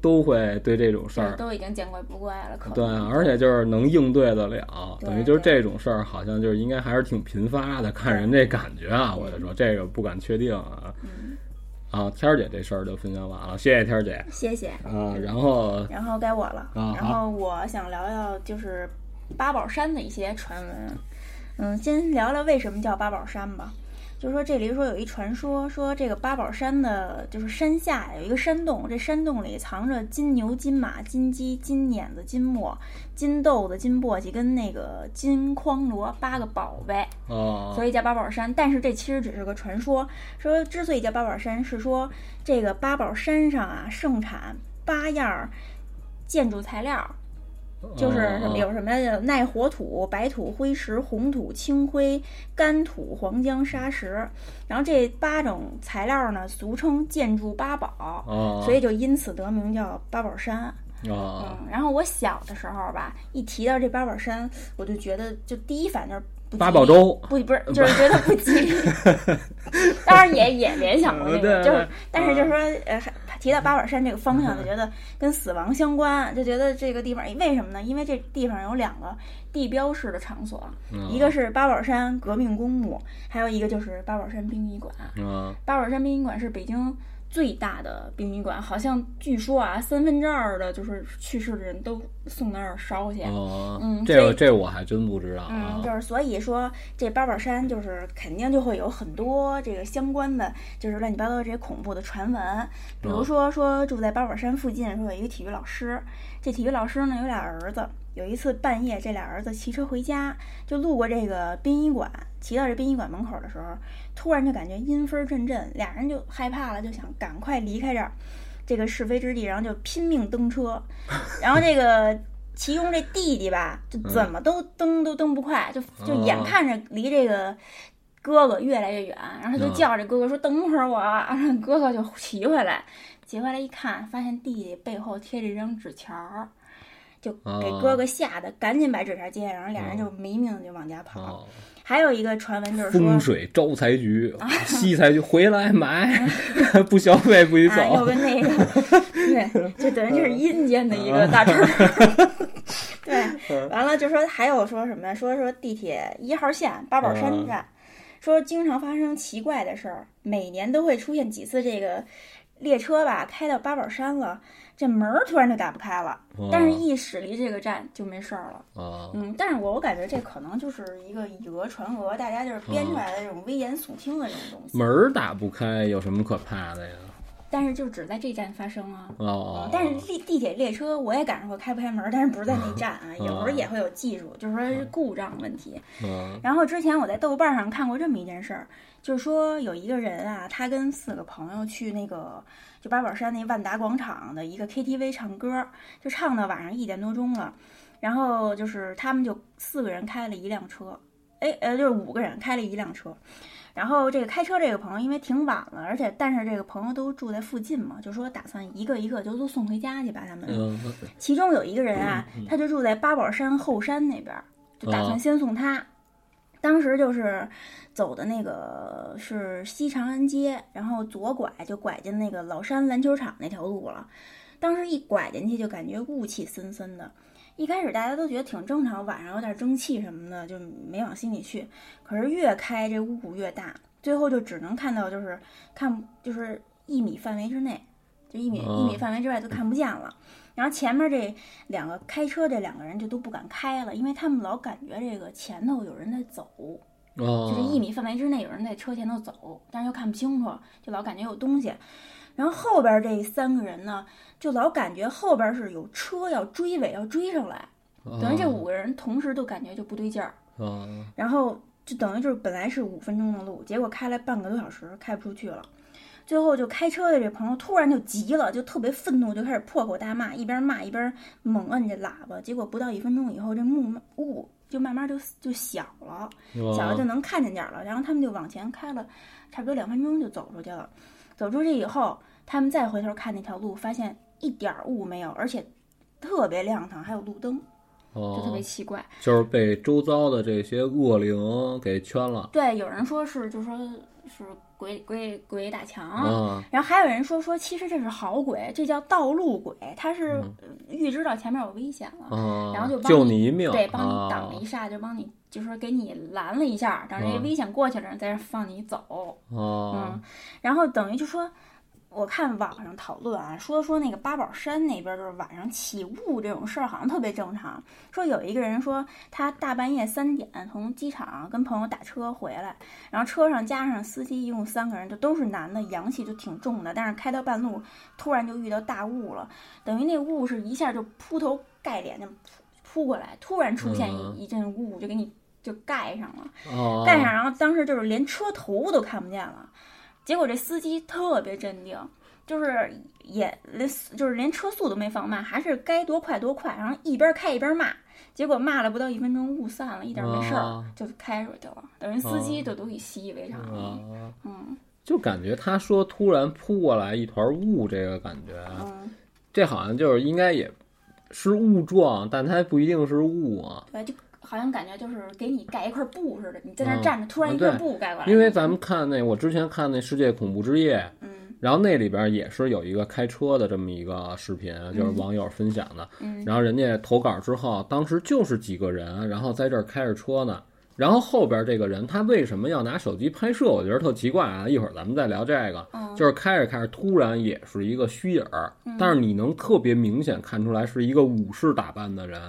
都会对这种事就是儿，都已经见怪不怪了，可能对，啊而且就是能应对得了，对等于就是这种事儿，好像就是应该还是挺频发的。看人这感觉啊，嗯我就说这个不敢确定啊。啊，天儿姐这事儿就分享完了，谢谢天儿姐。谢谢。啊，然后然后该我了。啊然后我想聊聊就是八宝山的一些传闻。嗯，先聊聊为什么叫八宝山吧。就是说这里说有一传说，说这个八宝山的，就是山下有一个山洞，这山洞里藏着金牛、金马、金鸡、金碾子、金墨、金豆子、金簸箕跟那个金筐箩八个宝贝。哦，所以叫八宝山。但是这其实只是个传说，说之所以叫八宝山，是说这个八宝山上啊盛产八样儿建筑材料儿，就是什么哦有什么有耐火土、白土、灰石、红土、青灰、干土、黄姜、砂石，然后这八种材料儿呢，俗称建筑八宝，哦，所以就因此得名叫八宝山。哦嗯，然后我小的时候吧，一提到这八宝山，我就觉得就第一反应就是不吉利八宝粥不不是，就是觉得不吉 利。当然也也联想过那嗯对个，就对嗯是但是就是说呃，还提到八宝山这个方向，就觉得跟死亡相关，就觉得这个地方为什么呢？因为这地方有两个地标式的场所，嗯一个是八宝山革命公墓，还有一个就是八宝山殡仪馆。啊八宝山殡仪馆是北京最大的殡仪馆，好像据说啊，三分之二的就是去世的人都送那儿烧去。哦，嗯这所个以这我还真不知道嗯，啊就。是所以说这八宝山就是肯定就会有很多这个相关的，就是乱七八糟的这些恐怖的传闻，比如说说住在八宝山附近，说有一个体育老师，这体育老师呢有俩儿子，有一次半夜这俩儿子骑车回家，就路过这个殡仪馆，骑到这殡仪馆门口的时候，突然就感觉阴风阵阵，俩人就害怕了，就想赶快离开这儿。这个是非之地，然后就拼命蹬 车，然后这个其中这弟弟吧，就怎么都蹬都蹬不快，就就眼哦看着离这个哥哥越来越远，然后他就嗯叫这哥哥说：“等会儿我啊。”然后哥哥就骑回来，骑回来一看，发现弟弟背后贴着一张纸条儿，就给哦哥哥吓得赶紧把纸条接上，然后俩人就没命地就往家跑。哦，还有一个传闻就是说啊风。水招财局、西财局，回来 买， 不消费不许啊，又走。跟那个，对，就等于这是阴间的一个大串儿。对，完了就说还有说什么呀？说说地铁一号线八宝山站，说经常发生奇怪的事儿，每年都会出现几次这个列车吧开到八宝山了，这门儿突然就打不开了，嗯但是一驶离这个站就没事儿了。啊，嗯，但是我我感觉这可能就是一个以讹传讹，大家就是编出来的这种危言耸听的这种东西。门儿打不开有什么可怕的呀？啊但是就只在这站发生啊。哦哦，哦但是地地铁列车我也赶上过开不开门，但是不是在那站 啊，有时候也会有技术，就是说是故障问题。嗯然后之前我在豆瓣上看过这么一件事儿，就是说有一个人啊，他跟四个朋友去那个就八宝山那万达广场的一个 KTV 唱歌，就唱到晚上一点多钟了。然后就是他们就四个人开了一辆车，哎呃，就是五个人开了一辆车。然后这个开车这个朋友因为挺晚了，而且但是这个朋友都住在附近嘛，就说打算一个一个就都送回家去把他们。嗯其中有一个人啊，他就住在八宝山后山那边儿，就打啊算先送他。当时就是走的那个是西长安街，然后左拐就拐进那个老山篮球场那条路了。当时一拐进去就感觉雾气森森的，一开始大家都觉得挺正常，晚上有点蒸汽什么的就没往心里去。可是越开这雾越大，最后就只能看到就是看就是一米范围之内，就一米、一米哦范围之外都看不见了。然后前面这两个开车这两个人就都不敢开了，因为他们老感觉这个前头有人在走，哦，就是一米范围之内有人在车前头走，但是又看不清楚，就老感觉有东西。然后后边这三个人呢，就老感觉后边是有车要追尾，要追上来，哦等于这五个人同时都感觉就不对劲儿。啊然后就等于就是本来是五分钟的路，结果开了半个多小时，开不出去了。最后就开车的这朋友突然就急了，就特别愤怒，就开始破口大骂，一边骂一边猛摁这喇叭。结果不到一分钟以后，这雾雾就慢慢就就小了，哦啊小了就能看见点儿了。然后他们就往前开了，差不多两分钟就走出去了。走出去以后，他们再回头看那条路，发现一点儿雾没有，而且特别亮堂，还有路灯，就特别哦，奇怪。就是被周遭的这些恶灵给圈了对，有人说是，就说是鬼鬼鬼打墙。啊然后还有人说说，其实这是好鬼，这叫道路鬼，他是呃预知到前面有危险了，啊，然后就帮救你一命，对，帮你挡啊了一下，就帮你就说给你拦了一下，等这嗯危险过去了，再放你走。哦嗯，然后等于就说，我看网上讨论啊，说说那个八宝山那边就是晚上起雾这种事儿，好像特别正常。说有一个人说他大半夜三点从机场跟朋友打车回来，然后车上加上司机一共三个人，就都是男的，阳气就挺重的。但是开到半路，突然就遇到大雾了，等于那雾是一下就铺头盖脸就扑扑过来，突然出现一、嗯一阵雾，就给你就盖上了。哦，盖上，然后当时嗯就是连车头都看不见了。结果这司机特别镇定，就是也连就是连车速都没放慢，还是该多快多快，然后一边开一边骂。结果骂了不到一分钟，雾散了，一点没事儿啊，就开出去了。等于司机啊就都给习以为常了。啊，嗯就感觉他说突然扑过来一团雾，这个感觉，嗯，这好像就是应该也是雾状，但它不一定是雾啊。对，就好像感觉就是给你盖一块布似的，你在那儿嗯站着，突然啊一块对布盖过来。因为咱们看那，我之前看那《世界恐怖之夜》，嗯然后那里边也是有一个开车的这么一个视频，就是网友分享的。嗯然后人家投稿之后，当时就是几个人，然后在这儿开着车呢。然后后边这个人他为什么要拿手机拍摄？我觉得特奇怪啊！一会儿咱们再聊这个。嗯就是开着开着，突然也是一个虚影儿，但是你能特别明显看出来是一个武士打扮的人，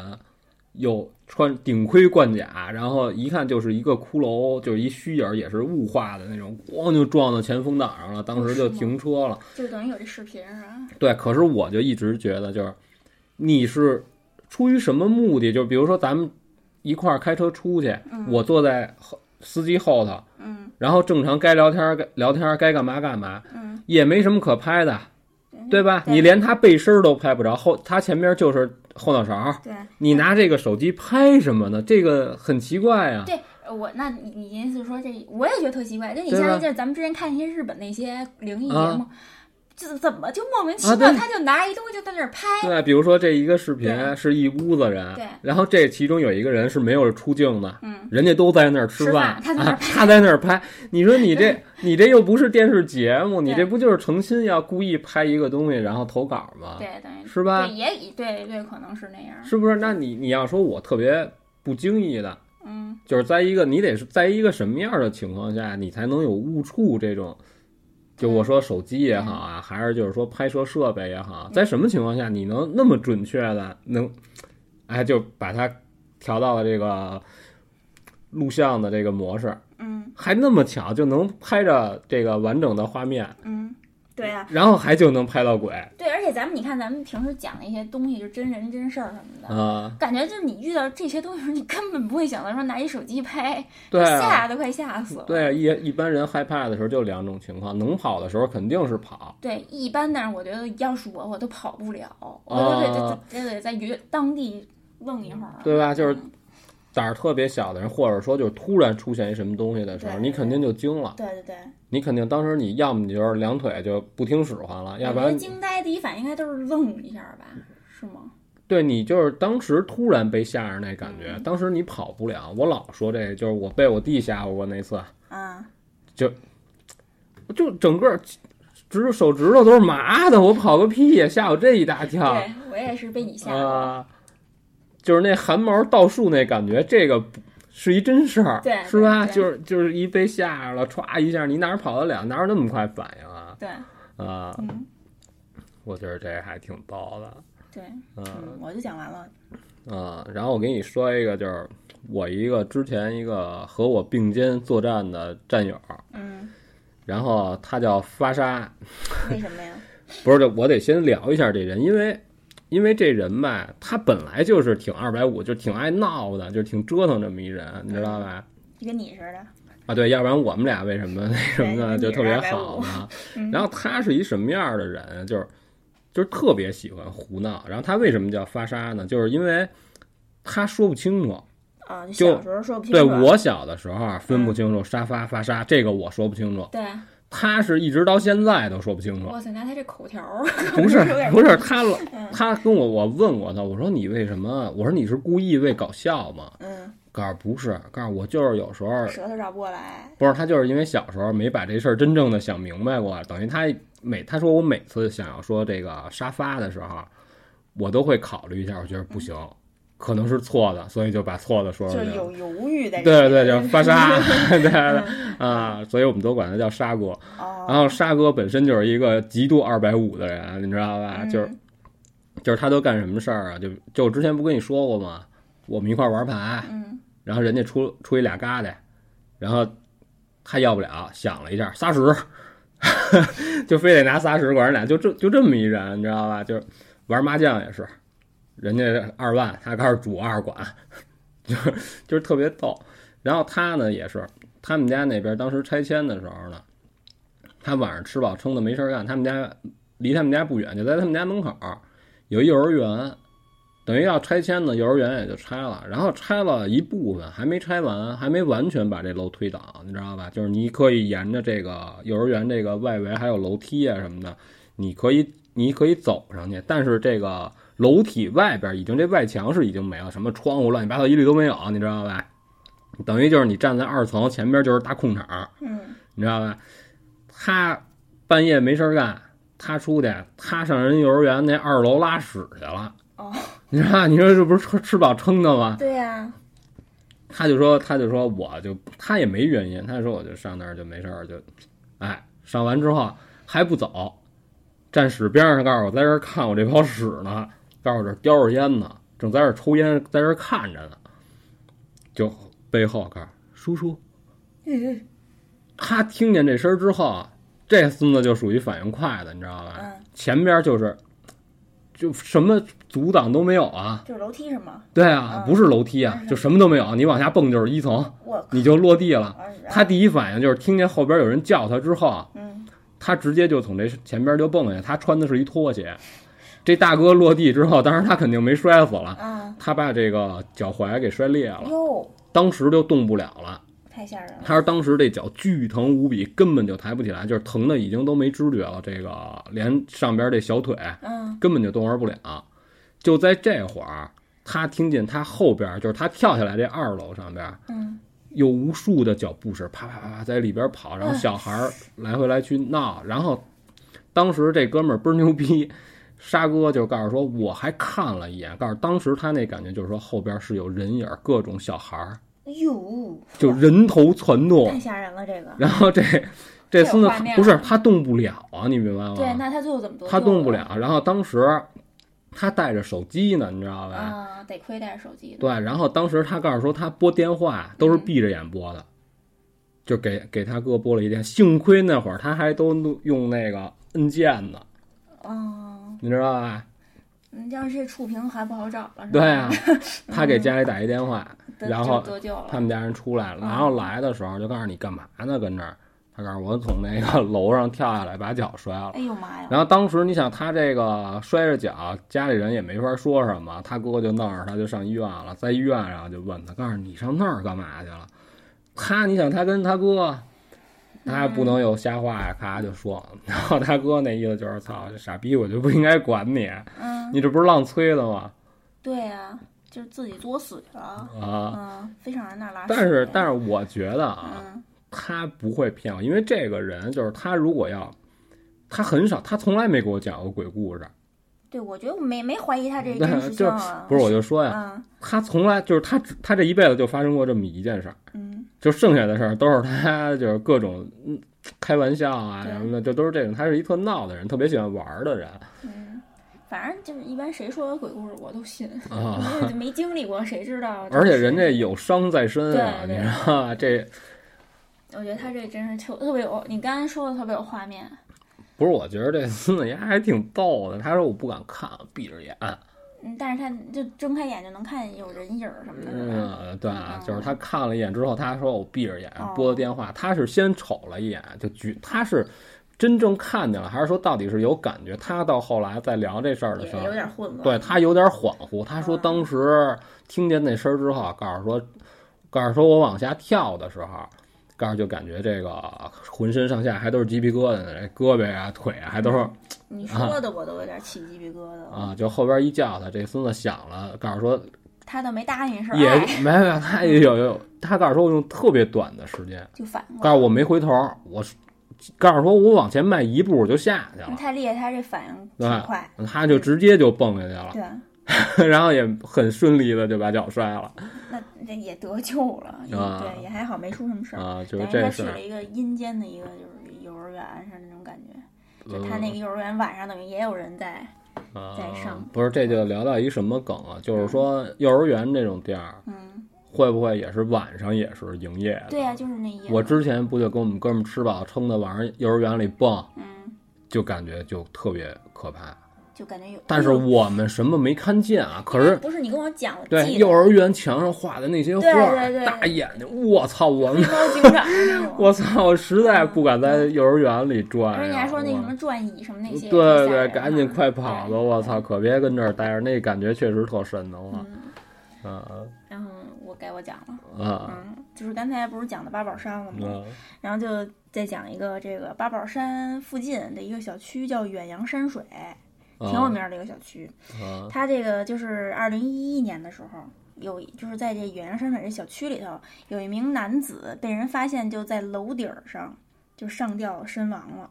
有穿顶盔冠甲，然后一看就是一个骷髅，就是一虚影儿，也是雾化的那种，咣就撞到前风挡上了，当时就停车了。就等于有这视频啊是吧？对，可是我就一直觉得，就是你是出于什么目的？就比如说咱们一块儿开车出去，我坐在后司机后头，嗯，然后正常该聊天儿该聊天儿，该干嘛干嘛，嗯，也没什么可拍的，对吧？对你连他背身儿都拍不着，后他前边就是后脑勺儿，对。你拿这个手机拍什么呢？这个很奇怪啊。对，呃我那你你意思是说这，我也觉得特奇怪。就你对像吧那阵咱们之前看一些日本那些灵异节啊目，这怎么就莫名其啊妙、对他就拿一东西就在那儿拍？对，比如说这一个视对频是一屋子人对，然后这其中有一个人是没有出镜的，嗯，人家都在那儿吃饭，吃饭他在那儿啊他在那儿拍。你说你这你这又不是电视节目，你对这不就是诚心要故意拍一个东西然后投稿吗？对，等于啊是吧对，也以对对，可能是那样。是不是？那你你要说我特别不经意的，嗯，就是在一个你得是在一个什么样的情况下，你才能有误触这种？就我说手机也好嗯啊，还是就是说拍摄设备也好，在什么情况下你能那么准确的能，哎，就把它调到了这个录像的这个模式，嗯还那么巧就能拍着这个完整的画面，嗯，对啊，然后还就能拍到鬼对，而且咱们你看，咱们平时讲的一些东西，就真人真事儿什么的，啊，感觉就是你遇到这些东西的时候，你根本不会想到说拿一手机拍，对啊，吓都快吓死了。对啊一一般人害怕的时候就两种情况，能跑的时候肯定是跑，对一般但是我觉得要是我，我都跑不了，我都得得得得在原当地愣一会儿。啊嗯对吧？就是胆儿特别小的人，或者说就是突然出现一什么东西的时候，对你肯定就惊了，对对对，你肯定当时你要么你就是两腿就不听使唤哎了，要不我觉得然惊呆第一反应应该都是愣一下吧，是吗？对你就是当时突然被吓着那感嗯觉，当时你跑不了。我老说这就是我被我弟吓唬过那次，啊，就整个指手指头都是麻的，我跑个屁呀，吓我这一大跳啊、对我也是被你吓的。就是那汗毛倒竖那感觉，这个不是一真事儿，对是吧？对对就是就是一被吓着了，歘一下，你哪儿跑得了？哪有那么快反应啊？对，啊、嗯，我觉得这还挺逗的，对，嗯、嗯，我就讲完了。啊，然后我给你说一个，就是我一个之前一个和我并肩作战的战友，嗯，然后他叫发沙，为什么呀？不是，我得先聊一下这人，因为因为这人吧，他本来就是挺二百五，就挺爱闹的，就挺折腾这么一人，你知道吧？就跟你似的。啊，对，要不然我们俩为什么那什么呢，对就特别你是好呢？ 嗯然后他是一什么样的人？就是就是特别喜欢胡闹。然后他为什么叫发沙呢？就是因为他说不清楚。啊，就就小时候说不清对楚。我小的时候啊分嗯不清楚沙发发沙，这个我说不清楚。对，他是一直到现在都说不清楚，哇塞，那他这口条 儿，不是有点不是他了嗯，他跟我我问过他，我说你为什么？我说你是故意为搞笑吗？嗯，告诉不是，告诉我就是有时候舌头绕不过来。不是他就是因为小时候没把这事儿真正的想明白过，等于他每他说我每次想要说这个沙发的时候，我都会考虑一下，我觉得不行，可能是错的，所以就把错的说出就是去了。有犹豫在对这对，里就是发沙， 对对嗯啊，所以我们都管他叫沙哥。然哦，后沙哥本身就是一个极度二百五的人，你知道吧？啊就是嗯就是他都干什么事儿啊？就就我之前不跟你说过吗？我们一块儿玩牌，嗯，然后人家出出一俩疙瘩，然后他要不了，想了一下，仨十，就非得拿仨十管人俩，就这就这么一人，你知道吧？就是玩麻将也是，人家二万，他开始主二管， 就是就是特别逗。然后他呢也是，他们家那边当时拆迁的时候呢，他晚上吃饱撑的没事儿干，他们家离他们家不远，就在他们家门口儿有一幼儿园，等于要拆迁呢，幼儿园也就拆了，然后拆了一部分，还没拆完，还没完全把这楼推倒，你知道吧？就是你可以沿着这个幼儿园这个外围还有楼梯啊什么的，你可以你可以走上去，但是这个楼体外边已经这外墙是已经没了，什么窗户乱七八糟一律都没有，你知道吧？等于就是你站在二层前边就是大空场，嗯，你知道吧？他半夜没事儿干，他出去，他上人幼儿园那二楼拉屎去了。哦，你知道吧，你说这不是吃吃饱撑的吗？对呀，他就说，他就说，我就他也没原因，他说我就上那儿就没事儿，就，哎，上完之后还不走，站屎边上告诉我在这儿看我这泡屎呢，告诉我这儿叼着烟呢，正在这儿抽烟，在这儿看着呢，就背后告诉叔叔，嗯他听见这声儿之后啊，这孙子就属于反应快的，你知道吧？嗯，前边就是就什么阻挡都没有啊，就是楼梯是吗？对啊，嗯不是楼梯啊，就什么都没有，你往下蹦就是 一层，我靠你就落地了。啊然后他第一反应就是听见后边有人叫他之后啊，嗯，他直接就从这前边就蹦下去，他穿的是一 拖鞋。这大哥落地之后，当然他肯定没摔死了，啊，他把这个脚踝给摔裂了，哟，当时就动不了了。太吓人了。他说当时这脚巨疼无比，根本就抬不起来，就是疼的已经都没知觉了。这个连上边这小腿嗯，根本就动弹不了。就在这会儿，他听见他后边，就是他跳下来这二楼上边，嗯，有无数的脚步声，啪啪啪啪在里边跑，然后小孩儿来回来去闹。然后当时这哥们儿倍儿牛逼，沙哥就告诉说，我还看了一眼，告诉当时他那感觉就是说后边是有人影儿，各种小孩儿，哟，就人头攒动。哎太吓人了，这个。然后这这这有孙子画面不是了他动不了啊，你明白吗？对，那他最后怎么得救的？他动不了。然后当时他带着手机呢，你知道吧？啊，得亏带着手机呢。对，然后当时他告诉说他拨电话都是闭着眼拨的，就给给他哥拨了一电。幸亏那会儿他还都弄用那个摁键呢，嗯，你知道吧？嗯要是这触屏还不好找了，是吧？对 啊，他给家里打一电话，得然就后得救他了。们家人出来了，然后来的时候就告诉你干嘛呢，跟这儿。他告诉我从那个楼上跳下来，把脚摔了。哎呦妈呀！然后当时你想，他这个摔着脚，家里人也没法说什么，他哥哥就闹着他就上医院了，在医院然后就问他，告诉你上那儿干嘛去了？他你想他跟他哥，嗯他还不能有瞎话呀，咔就说，然后他哥那意思就是操，这傻逼我就不应该管你，嗯，你这不是浪催的吗？对呀，就是自己作死去了。啊！嗯，非常人那儿拉屎。但是但是，是我觉得啊，嗯他不会骗我，因为这个人就是他如果要，他很少，他从来没给我讲过鬼故事，对，我觉得我没没怀疑他这是对真实性啊。不是我就说呀。嗯他从来就是他只，他这一辈子就发生过这么一件事儿，嗯，就剩下的事儿都是他就是各种嗯开玩笑啊对什么的，就都是这种。他是一特 闹的人，啊特别喜欢玩儿的人嗯反正就是一般谁说有鬼故事我都信，啊。因为没经历过谁知道？而且人家有伤在身啊，对对你知道吧这我觉得他这真是特特别有，你刚才说的特别有画面。不是？我觉得这孙子牙还挺逗的。他说我不敢看，闭着眼。嗯，但是他就睁开眼就能看见有人影儿什么的，是吧？嗯，对啊，就是他看了一眼之后，他说我闭着眼哦拨的电话，他是先瞅了一眼就举，他是真正看见了，还是说到底是有感觉？他到后来在聊这事儿的也时候有，点混乱。对他有点恍惚，他说当时听见那声儿之后，啊告诉说，告诉说我往下跳的时候，告诉就感觉这个浑身上下还都是鸡皮疙瘩呢，这胳膊啊腿啊还都是嗯你说的我都有点起鸡皮疙瘩了。啊，就后边一叫他，这孙子想了，告诉说他倒没答应是吧？也哎没有，他也有有，他告诉说我用特别短的时间，就反过来告。诉我没回头，我告诉说我往前迈一步我就下去你了。太厉害，他这反应挺快。他就直接就蹦下去了，嗯对， 然后也很顺利的就把脚摔了那那也得救了，也啊对，也还好没出什么事儿。啊！等就是于这他去事儿了，一个阴间的一个就是幼儿园是那种感觉，就嗯他那个幼儿园晚上等于也有人在，啊在上不是，这就聊到一什么梗啊？就是说幼儿园这种地儿，嗯，会不会也是晚上也是营业的？对呀、就是那夜。呃我之前不就跟我们哥们儿吃饱撑的，晚上幼儿园里蹦，嗯，就感觉就特别可怕。就感觉有。哎但是我们什么没看见啊？可是不是你跟我讲，我对记幼得儿园墙上画的那些画儿，对对对大眼睛，我操！我们黑猫警长那种。 我操！我实在不敢在幼儿园里转、啊。嗯而且你还说那我什么转椅什么那些，对挺吓对，人的赶紧快跑吧！对我操，可别跟这儿待着，那感觉确实特瘆得慌。啊嗯然后我该我讲了，啊嗯，就是刚才不是讲的八宝山了吗？啊！然后就再讲一个这个八宝山附近的一个小区，叫远洋山水，挺有名儿的一个小区。啊它这个就是二零一一年的时候，有就是在这远洋山水这小区里头，有一名男子被人发现就在楼顶儿上就上吊身亡了。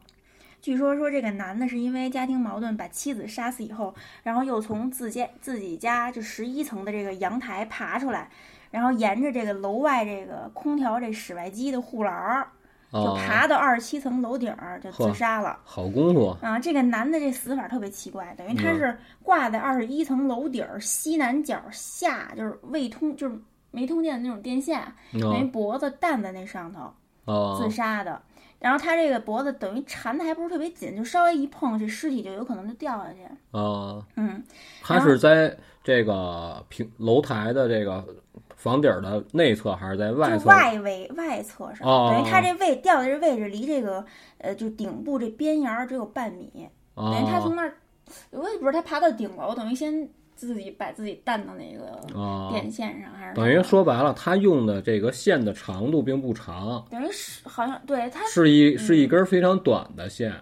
据说说这个男的是因为家庭矛盾把妻子杀死以后，然后又从自家自己家就十一层的这个阳台爬出来，然后沿着这个楼外这个空调这室外机的护栏儿，就啊！爬到二十七层楼顶儿就自呵杀了。好功夫啊，这个男的这死法特别奇怪，等于他嗯是挂在二十一层楼顶儿西南角下，就是未通，就是没通电的那种电线，啊嗯等于脖子担在那上头哎啊自杀的。然后他这个脖子等于缠的还不是特别紧，就稍微一碰，这尸体就有可能就掉下去。啊！嗯，他是在这个平楼台的这个房顶儿的内侧，还是在外就侧？外围外侧上，哦等于他这位掉的这位置离这个呃就顶部这边沿儿只有半米，等于他啊从那儿，我也不知道他爬到顶楼，等于先自己把自己担到那个啊！电线上还是等什于么说白了，他用的这个线的长度并不长，等于是好像对他，嗯是一是一根非常短的线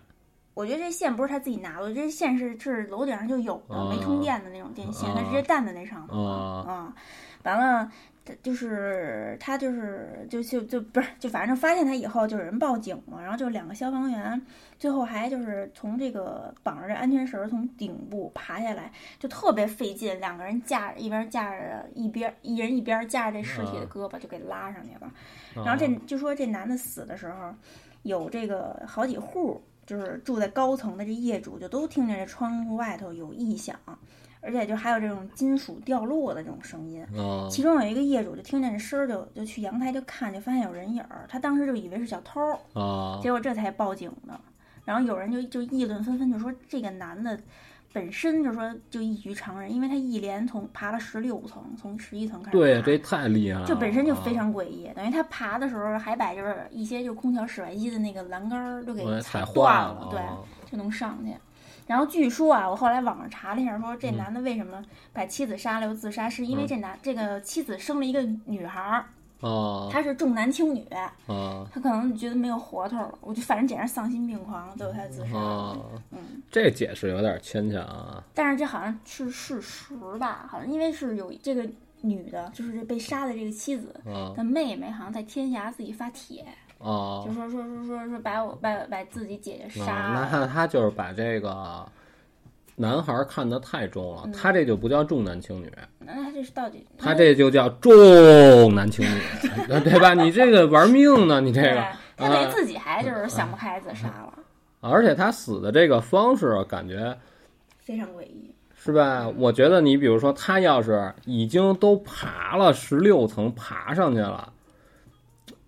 我觉得这线不是他自己拿的，这线是是楼顶上就有的、啊没通电的那种电线，啊他直接担在那上头啊啊。完了，他就是他就是就就就不是就反正发现他以后就有人报警了，然后就两个消防员最后还就是从这个绑着这安全绳儿从顶部爬下来，就特别费劲，两个人架一边架着一边一人一边架着这尸体的啊胳膊就给拉上去了。啊然后这就说这男的死的时候，有这个好几户就是住在高层的这业主就都听见这窗户外头有异响，而且就还有这种金属掉落的这种声音。啊其中有一个业主就听见这声儿，就就去阳台就看，就发现有人影儿，他当时就以为是小偷儿，啊结果这才报警的。然后有人就就议论纷纷，就说这个男的本身就说就异于常人，因为他一连从爬了十六层，从十一层开始爬，对，这太厉害了，啊这本身就非常诡异，等于他爬的时候还把就是一些就空调室外机的那个栏杆儿都给我踩哎踩断坏了，了，对，啊就能上去。然后据说啊，我后来网上查了一下说，这男的为什么把妻子杀了又自杀，是因为嗯这男、这个妻子生了一个女孩儿，啊她是重男轻女，啊他可能觉得没有活头了，我就反正简直丧心病狂，最后他自杀了。啊！嗯，这解释有点牵强啊，但是这好像是事实吧？好像因为是有这个女的，就是这被杀的这个妻子啊的妹妹，好像在天涯自己发帖，啊就！说说说说说把我把把自己姐姐杀啊，那了。他他就是把这个男孩看得太重嗯了，他这就不叫重男轻女，那他这是到底？他这就叫重男 轻女，对吧？你这个玩命呢，你这嗯对个。，他啊得自己还就是想不开自杀了，而且他死的这个方式，感觉非常诡异。是吧？我觉得你比如说，他要是已经都爬了十六层，爬上去了，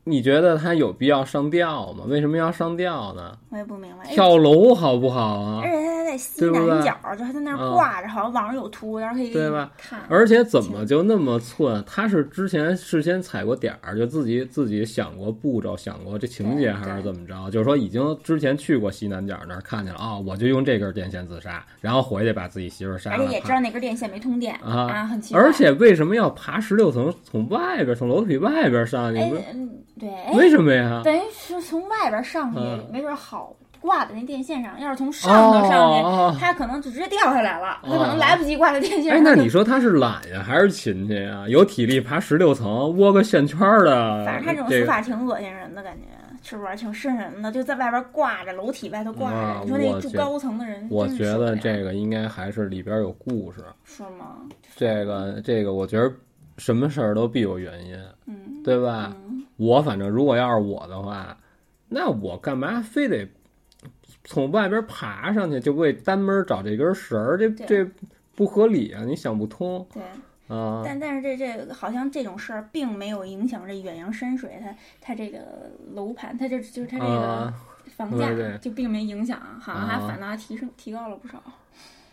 你觉得他有必要上吊吗？为什么要上吊呢？我也不明白。跳楼好不好啊而？且他还在西对不南对角，就还在那儿嗯挂着，好像网上有图，然后可以对吧看。而且怎么就那么寸？他是之前事先踩过点儿，就自己自己想过步骤，想过这情节，对还是对怎么着？就是说已经之前去过西南角那儿看见了啊、我就用这根电线自杀，然后回去把自己媳妇儿杀而了且。也啪知道那根电线没通电啊很奇怪。哎而且为什么要爬十六层，从外边从楼体外边上去？哎不是，嗯，对，哎，为什么呀？等于是从外边上去，嗯没准好挂在那电线上。要是从上头上去，哦，他可能就直接掉下来了，他哦可能来不及挂在电线哎，上。那你说他是懒呀，还是勤去呀？有体力爬十六层，窝个线圈儿的，反正他这种这死个法挺恶心人的感觉，是不是？挺瘆人的，就在外边挂着，楼体外头挂着。啊你说那我住觉高层的人，我真觉是受不得了这个应该还是里边有故事。是吗？这个这个，我觉得什么事儿都必有原因，嗯对吧？嗯，我反正如果要是我的话，那我干嘛非得从外边爬上去，就为单门找这根绳儿？这对这不合理啊！你想不通对。啊！但但是这这好像这种事儿并没有影响这远洋山水它它这个楼盘，它这就是它这个。啊房价对对就并没影响，好像还啊反倒还提升提高了不少。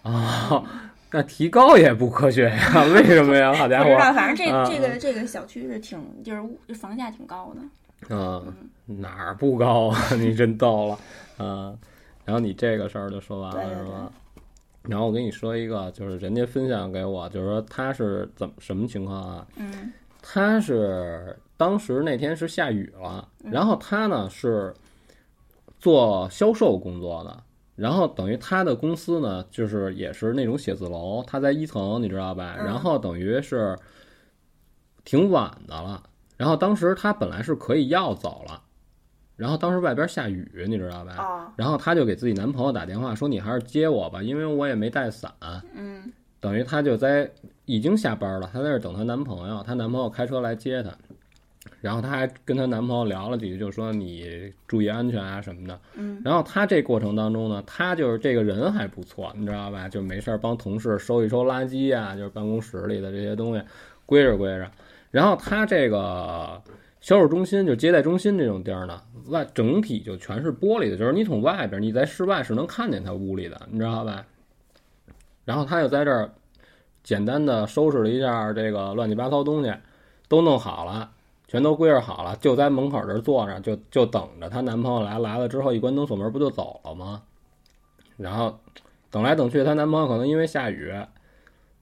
啊！ 那提高也不科学呀、为什么呀？好不家知伙道，反正这啊这个这个小区是挺就是物就房价挺高的。啊，嗯哪儿不高啊？ 你真逗了啊！然后你这个事儿就说完了对对是对吗？然后我跟你说一个，就是人家分享给我，就是说他是怎么什么情况啊？嗯他是当时那天是下雨了，嗯然后他呢是做销售工作的，然后等于他的公司呢就是也是那种写字楼，他在一层，你知道吧？嗯然后等于是挺晚的了，然后当时他本来是可以要走了，然后当时外边下雨，你知道吧？哦然后她就给自己男朋友打电话说：“你还是接我吧，因为我也没带伞。”嗯等于她就在已经下班了，她在这儿等她男朋友，她男朋友开车来接她，然后她还跟她男朋友聊了几句，就说你注意安全啊什么的。嗯然后她这过程当中呢，她就是这个人还不错，你知道吧？就没事儿帮同事收一收垃圾啊，就是办公室里的这些东西归着归着。然后她这个销售中心，就接待中心这种地儿呢，外整体就全是玻璃的，就是你从外边，你在室外是能看见她屋里的，你知道吧？然后她就在这儿简单的收拾了一下这个乱七八糟东西，都弄好了。全都归置好了，就在门口这儿坐着，就就等着她男朋友来。来了之后一关灯锁门，不就走了吗？然后等来等去，她男朋友可能因为下雨，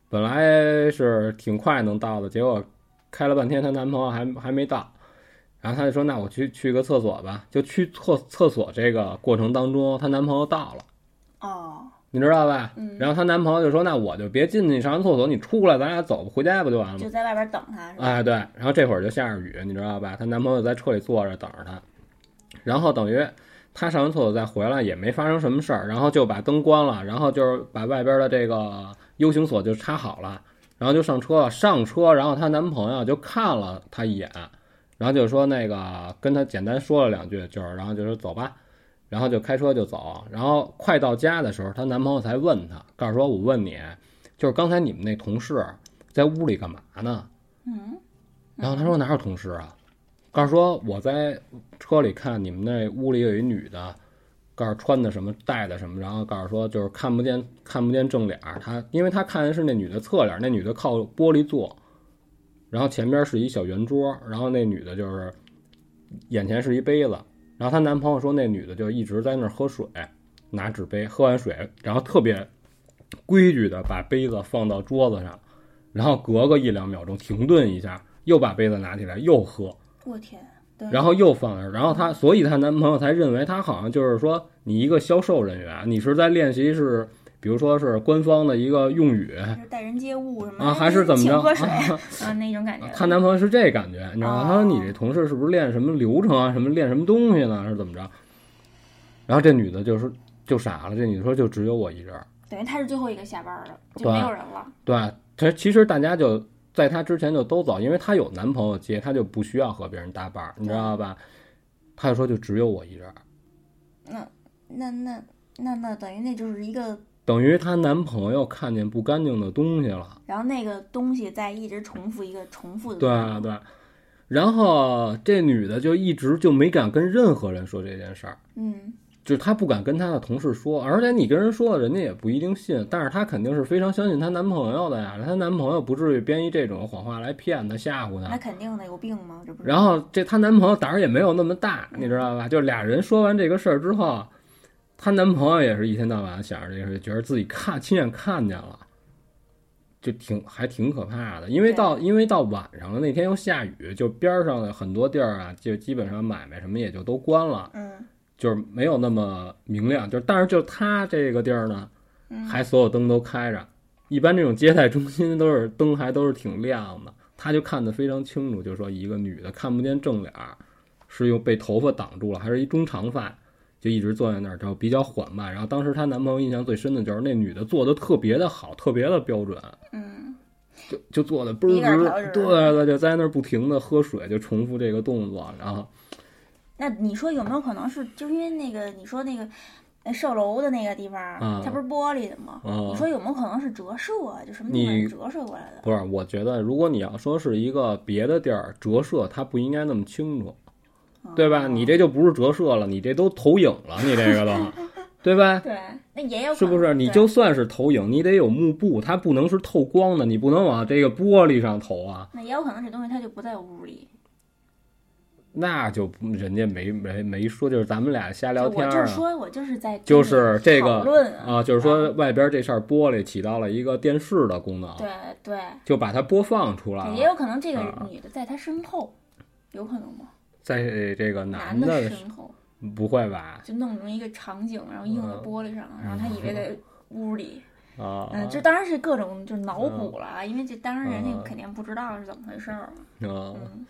本来是挺快能到的，结果开了半天，她男朋友还还没到。然后她就说：“那我去去个厕所吧。”就去厕厕所这个过程当中，她男朋友到了，哦你知道吧？嗯，然后她男朋友就说：“那我就别进去，你上完厕所你出来，咱俩走吧，回家不就完了吗？”就在外边等他是吧？哎，对，然后这会儿就下着雨，你知道吧？她男朋友在车里坐着等着她，然后等于她上完厕所再回来也没发生什么事儿，然后就把灯关了，然后就是把外边的这个 U 型锁就插好了，然后就上车了。上车，然后她男朋友就看了她一眼，然后就说那个跟她简单说了两句，就是然后就说走吧。然后就开车就走，然后快到家的时候，她男朋友才问她，告诉说：“我问你，就是刚才你们那同事在屋里干嘛呢？”嗯然后他说哪有同事啊？告诉说我在车里看你们那屋里有一女的，告诉穿的什么，戴的什么，然后告诉说就是看不见看不见正脸儿，他因为他看的是那女的侧脸，那女的靠玻璃坐，然后前边是一小圆桌，然后那女的就是眼前是一杯子，然后她男朋友说那女的就一直在那儿喝水，拿纸杯喝完水，然后特别规矩的把杯子放到桌子上，然后隔个一两秒钟停顿一下，又把杯子拿起来又喝，我天，对，然后又放那儿，然后她，所以她男朋友才认为她好像就是说，你一个销售人员，你是在练习是，比如说是官方的一个用语，就是待人接物什么啊哎还是怎么着请喝水 啊那种感觉。她男朋友是这感觉，你知道吗？她说哦你这同事是不是练什么流程啊，什么练什么东西呢，是怎么着？然后这女的就是就傻了，这女的说就只有我一人儿，等于他是最后一个下班了，就对没有人了。对，她其实大家就在她之前就都走，因为她有男朋友接，她就不需要和别人搭伴儿，你知道吧？她就说就只有我一人儿，那那那那等于那就是一个，等于她男朋友看见不干净的东西了。然后那个东西在一直重复一个重复的对东西，啊，对。然后这女的就一直就没敢跟任何人说这件事儿，嗯，就是她不敢跟她的同事说，而且你跟人说了，人家也不一定信。但是她肯定是非常相信她男朋友的呀，她男朋友不至于编一这种谎话来骗她、吓唬她那。肯定的，有病吗？这不是啊然后这她男朋友胆儿也没有那么大，你知道吧？就俩人说完这个事儿之后，她男朋友也是一天到晚想着这个事儿，觉得自己看亲眼看见了，就挺还挺可怕的。因为到因为到晚上了，那天又下雨，就边儿上的很多地儿啊，就基本上买卖什么也就都关了，嗯就是没有那么明亮。就但是就她这个地儿呢，嗯，还所有灯都开着。一般这种接待中心都是灯还都是挺亮的，他就看得非常清楚，就说一个女的看不见正脸儿，是又被头发挡住了，还是一中长发，就一直坐在那儿，然后比较缓慢。然后当时她男朋友印象最深的就是那女的做的特别的好，特别的标准，嗯就就做的倍儿一点儿调直整，对对，就在那儿不停的喝水，就重复这个动作，然后那你说有没有可能是，就是因为那个你说那个呃售楼的那个地方，嗯它不是玻璃的吗？嗯你说有没有可能是折射啊？就什么地你方折射过来的？不是，我觉得如果你要说是一个别的地儿折射，它不应该那么清楚，对吧？哦你这就不是折射了，你这都投影了，你这 个都，对吧？对，那也有可是能不是？你对就算是投影，你得有幕布，它不能是透光的，你不能往这个玻璃上投啊，那也有可能这东西它就不在屋里。那就不人家没没没说，就是咱们俩瞎聊就我天就是儿啊，说我就是在就跟你是这个讨论啊，啊，就是说外边这扇玻璃起到了一个电视的功能，对对，就把它播放出来对了，也有可能这个啊女的在他身后，有可能吗？在这个男男的的身后不会吧？就弄成一个场景，然后映在嗯玻璃上，然后他以为在屋里。啊，嗯嗯，这当然是各种就是脑补了啊，因为这当然人家肯定不知道是怎么回事儿。嗯，嗯，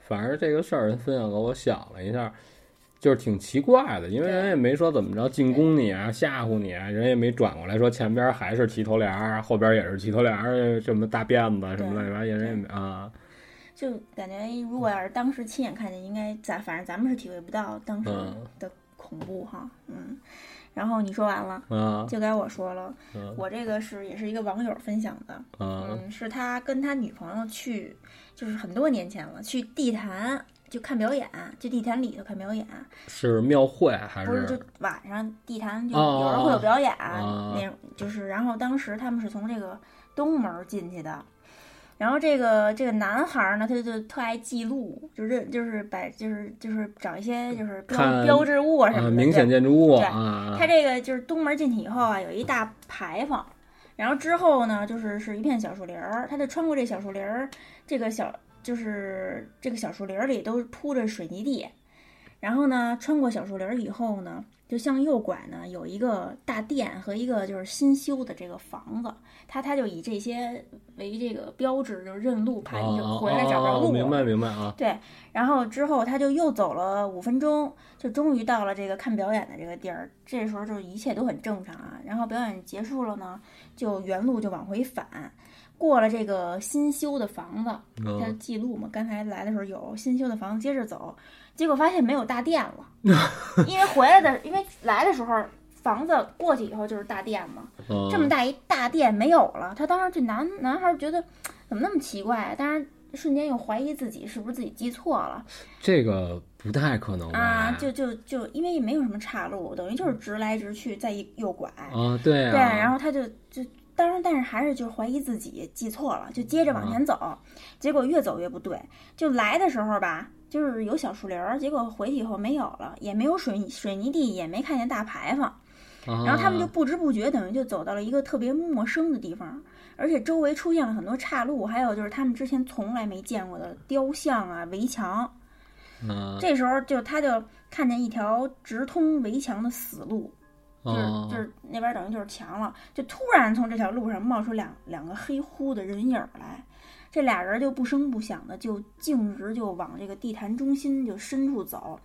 反正这个事儿人分享给我想了一下，就是挺奇怪的，因为对人也没说怎么着进攻你啊、吓唬你啊，人也没转过来说前边还是齐头帘儿，后边也是齐头帘儿，什么大辫子什么乱七八糟，人也没啊，就感觉如果要是当时亲眼看见，应该咱反正咱们是体会不到当时嗯的恐怖哈。嗯，然后你说完了，啊就该我说了，嗯我这个是也是一个网友分享的，啊嗯，是他跟他女朋友去，就是很多年前了，去地坛就看表演，去地坛里头看表演，是庙会还不是就是晚上地坛就哦哦有人会有表演，哦那种就是然后当时他们是从这个东门儿进去的。然后这个这个男孩儿呢，他就特爱记录，就认就是把就是就是找一些就是标看标志物啊什么啊的，明对显建筑物对啊它这个就是东门进去以后啊，有一大牌坊，然后之后呢，就是是一片小树林儿，它就穿过这小树林儿，这个小就是这个小树林儿里都铺着水泥地，然后呢，穿过小树林儿以后呢，就向右拐呢，有一个大殿和一个就是新修的这个房子，它它就以这些为这个标志，就认路，怕你就啊回来找不着啊路了。明白明白啊，然后之后他就又走了五分钟，就终于到了这个看表演的这个地儿。这时候就一切都很正常啊。然后表演结束了呢，就原路就往回返，过了这个新修的房子，他就嗯记录嘛。刚才来的时候有新修的房子，接着走，结果发现没有大殿了，因为回来的，因为来的时候房子过去以后就是大殿嘛。这么嗯大一大殿没有了，他当时这男男孩觉得怎么那么奇怪？当然瞬间又怀疑自己是不是自己记错了这个不太可能吧？啊，就就就因为也没有什么岔路，等于嗯就是直来直去，再一右拐，啊，对啊，对，然后他就就当然，但是还是就怀疑自己记错了，就接着往哦前走，结果越走越不对。就来的时候吧，就是有小树林儿，结果回去以后没有了，也没有水泥水泥地，也没看见大牌坊。啊然后他们就不知不觉，等于就走到了一个特别陌生的地方，而且周围出现了很多岔路，还有就是他们之前从来没见过的雕像啊、围墙。嗯这时候就他就看见一条直通围墙的死路，就是哦就是那边等于就是墙了，就突然从这条路上冒出两两个黑乎的人影儿来，这俩人就不声不响的就径直就往这个地坛中心就深处走。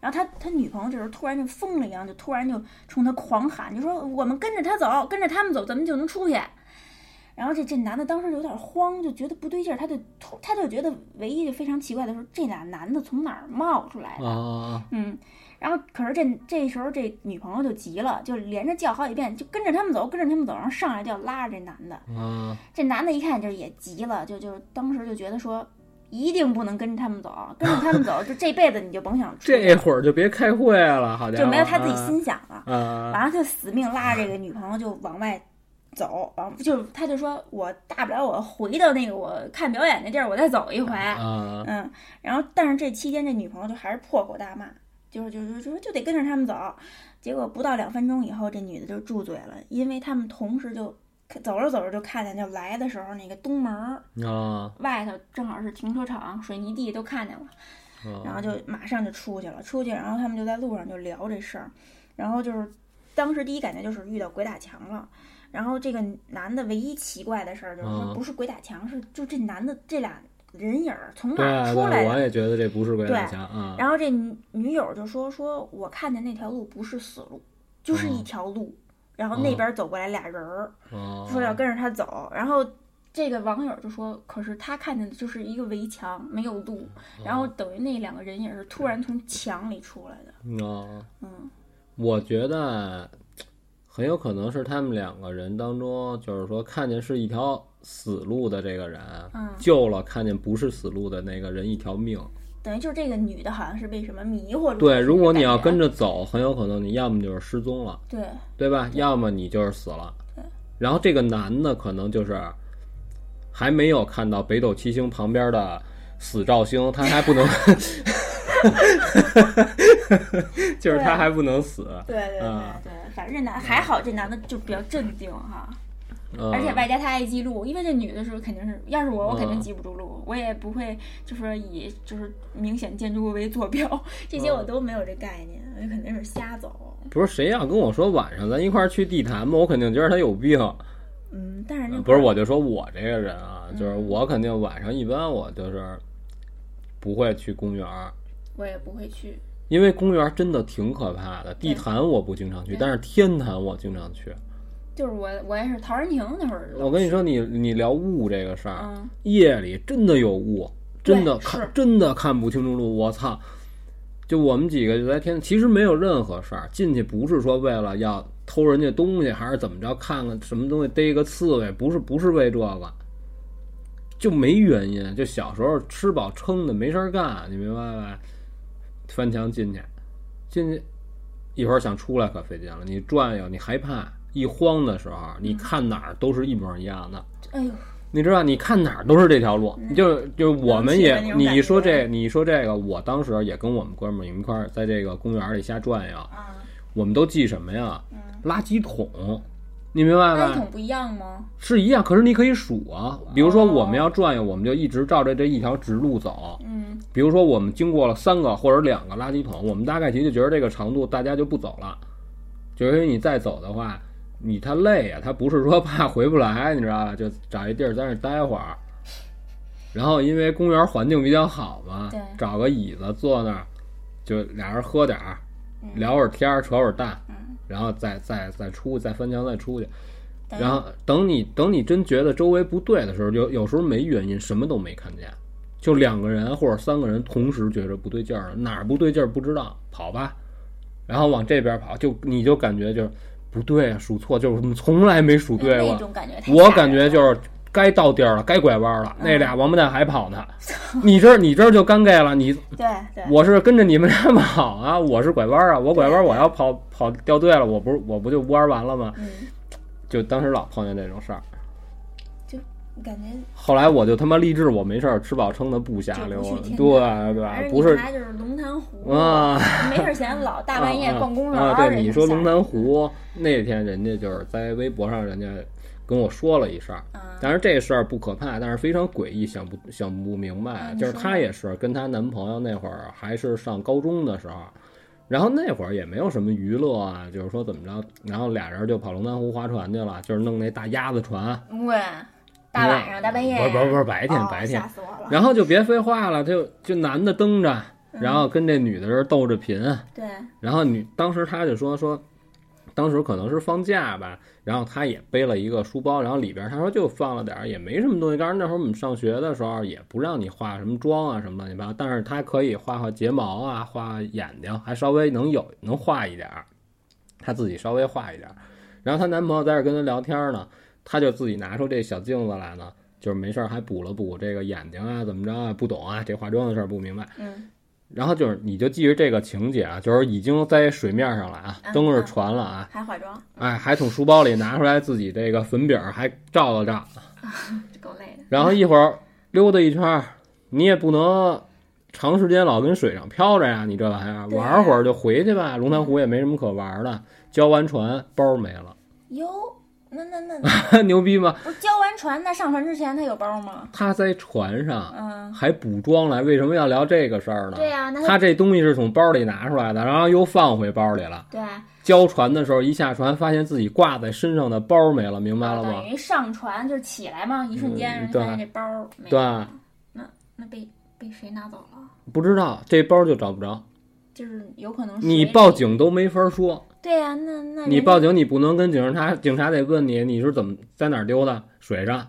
然后他他女朋友这时候突然就疯了一样，就突然就冲他狂喊，就说我们跟着他走，跟着他们走，咱们就能出去。然后这这男的当时有点慌，就觉得不对劲儿，他就突他就觉得唯一就非常奇怪的是，这俩男的从哪儿冒出来的？啊嗯，然后可是这这时候这女朋友就急了，就连着叫好几遍，就跟着他们走，跟着他们走，然后上来就要拉着这男的。啊这男的一看就是也急了，就就当时就觉得说，一定不能跟着他们走，跟着他们走，就这辈子你就甭想 出去这会儿就别开会了，嗯好家伙，就没有他自己心想了。啊完了，就死命拉着这个女朋友就往外走，往就他就说我大不了我回到那个我看表演那地儿，我再走一回。啊嗯，然后但是这期间这女朋友就还是破口大骂，就是就是就是就得跟着他们走。结果不到两分钟以后，这女的就住嘴了，因为他们同时就走着走着就看见，就来的时候那个东门儿啊外头正好是停车场、水泥地都看见了，哦然后就马上就出去了。出去，然后他们就在路上就聊这事儿，然后就是当时第一感觉就是遇到鬼打墙了。然后这个男的唯一奇怪的事儿就是说，嗯不是鬼打墙，是就这男的这俩人影儿从哪对儿啊出来对，的我？也觉得这不是鬼打对墙啊然后这女女友就说：“说我看见那条路不是死路，就是嗯一条路。然后那边走过来俩人儿，啊说要跟着他走。然后这个网友就说：‘可是他看见的就是一个围墙，没有路。’嗯然后等于那两个人也是突然从墙里出来的。啊，嗯，我觉得很有可能是他们两个人当中，就是说看见是一条死路的这个人，嗯救了看见不是死路的那个人一条命。等于就是这个女的好像是被什么迷惑住了。对，如果你要跟着着走，很有可能你要么就是失踪了，对对吧？要么你就是死了对。然后这个男的可能就是还没有看到北斗七星旁边的死兆星，他还不能， 就是他还不能死。对对对嗯对，反正这男还好，这男的就比较镇定哈，嗯而且外加他爱记录，因为这女的时候肯定是，要是我，我肯定嗯记不住路，我也不会就是以就是明显建筑物为坐标，这嗯些我都没有这概念，我肯定是瞎走。不是谁要跟我说晚上咱一块儿去地坛吗？我肯定觉得他有病。嗯，但是那不是，我就说我这个人啊，就是我肯定晚上一般我就是不会去公园儿，我也不会去，因为公园儿真的挺可怕的。地坛我不经常去对，但是天坛我经常去。就是我我也是陶然亭那会儿，我跟你说，你你聊雾这个事儿，嗯，夜里真的有雾，真的对是看真的看不清楚路。我操！就我们几个就在天，其实没有任何事儿，进去不是说为了要偷人家东西，还是怎么着，看看什么东西逮个刺猬，不是不是为这个，就没原因。就小时候吃饱撑的没事儿干，你明白吧？翻墙进去，进去一会儿想出来可费劲了，你转悠，你害怕，一慌的时候，你嗯看哪儿都是一模一样的。哎呦，你知道，你看哪儿都是这条路，就就我们也嗯能起的那，种感你一说觉这，你一说这个，我当时也跟我们哥们儿一块儿在这个公园里瞎转悠，啊，我们都记什么呀？垃圾桶，你明白嗯垃圾吧？桶不一样吗？是一样，可是你可以数啊。比如说哦我们要转悠，我们就一直照着这一条直路走。嗯，比如说我们经过了三个或者两个垃圾桶，我们大概其就觉得这个长度大家就不走了，就是因为你再走的话，你他累啊呀、他不是说怕回不来，你知道吧？就找一地儿在那儿待会儿， 然后因为公园环境比较好嘛对，找个椅子坐那儿，就俩人喝点儿，聊会儿天儿，扯会儿淡，然后再再再出去，再翻墙再出去。等于然后等你等你真觉得周围不对的时候，有有时候没原因，什么都没看见，就两个人或者三个人同时觉着不对劲儿了，哪儿不对劲儿不知道，跑吧，然后往这边跑，就你就感觉就是不对啊，数错，就是我们从来没数对那过。种感觉太吓人了，我感觉就是该到地儿了，该拐弯了，那俩王八蛋还跑 呢，你这儿你这儿就尴尬了，你对对，我是跟着你们俩跑啊，我是拐弯啊，我拐弯我要跑跑掉队了，我不是我不就弯完了吗？嗯，就当时老碰见这种事儿，感觉后来我就他妈励志，我没事儿吃饱撑的不瞎溜就不去达，天对而对，且啊不你是拿就是龙潭湖，啊，没事儿闲老大半夜逛公园啊儿啊这挺啊。吓人，对，你说龙潭湖那天，人家就是在微博上，人家跟我说了一声儿。啊，但是这事儿不可怕，但是非常诡异，想不想不明啊白。你就是说她呢也是跟她男朋友那会儿还是上高中的时候，然后那会儿也没有什么娱乐啊，就是说怎么着，然后俩人就跑龙潭湖划船去了，就是弄那大鸭子船，喂，大晚上大半夜，不是不是不是白天、哦白天吓，死我了，然后就别废话了，就就男的蹬着，然后跟这女的这斗着贫。对，然后你当时他就说说，当时可能是放假吧，然后他也背了一个书包，然后里边他说就放了点儿，也没什么东西。当然那会儿我们上学的时候也不让你化什么妆啊什么乱七八糟，但是他可以画画睫毛啊，画眼睛，还稍微能有能画一点儿，他自己稍微画一点儿。然后她男朋友在这儿跟她聊天呢，她就自己拿出这小镜子来呢，就是没事儿还补了补这个眼睛啊，怎么着啊，不懂啊，这化妆的事儿不明白。嗯，然后就是，你就记着这个情节啊，就是已经在水面上了啊啊，灯是传了啊，还化妆，哎，还从书包里拿出来自己这个粉饼儿，还照了照。这够累的，然后一会儿溜达一圈儿，你也不能长时间老跟水上漂着呀，你这玩意儿对玩会儿就回去吧。龙潭湖也没什么可玩的，交完船包儿没了， 哟，那那那牛逼吗？不是交完船，那上船之前他有包吗？他在船上嗯，还补妆来，为什么要聊这个事儿呢？对呀，那他这东西是从包里拿出来的，然后又放回包里了。对，交船的时候，一下船发现自己挂在身上的包没了，明白了等吗？于上船就是起来嘛，一瞬间嗯人对发现这包儿没对了，吧，那被被谁拿走了？不知道这包就找不着，就是有可能水你里报警都没法说。对呀、那那你人报家警，你不能跟警察，警察得问你你是怎么在哪儿丢的，水上。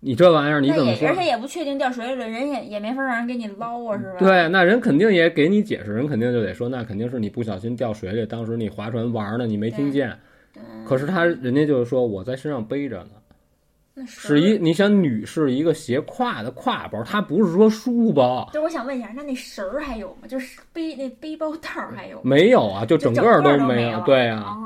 你这玩意儿你那怎么也说而？且也不确定掉水里了，人也也没法让人给你捞啊，是吧？对，那人肯定也给你解释，人肯定就得说，那肯定是你不小心掉水里，当时你划船玩呢，你没听见。对，嗯可是他人家就是说我在身上背着呢，那是是一你想女是一个斜挎的挎包，它不是说书包，就是我想问一下，那那绳儿还有吗？就是背那背包带儿还有吗？没有啊，就整个就整个都都没有了。对啊，哦，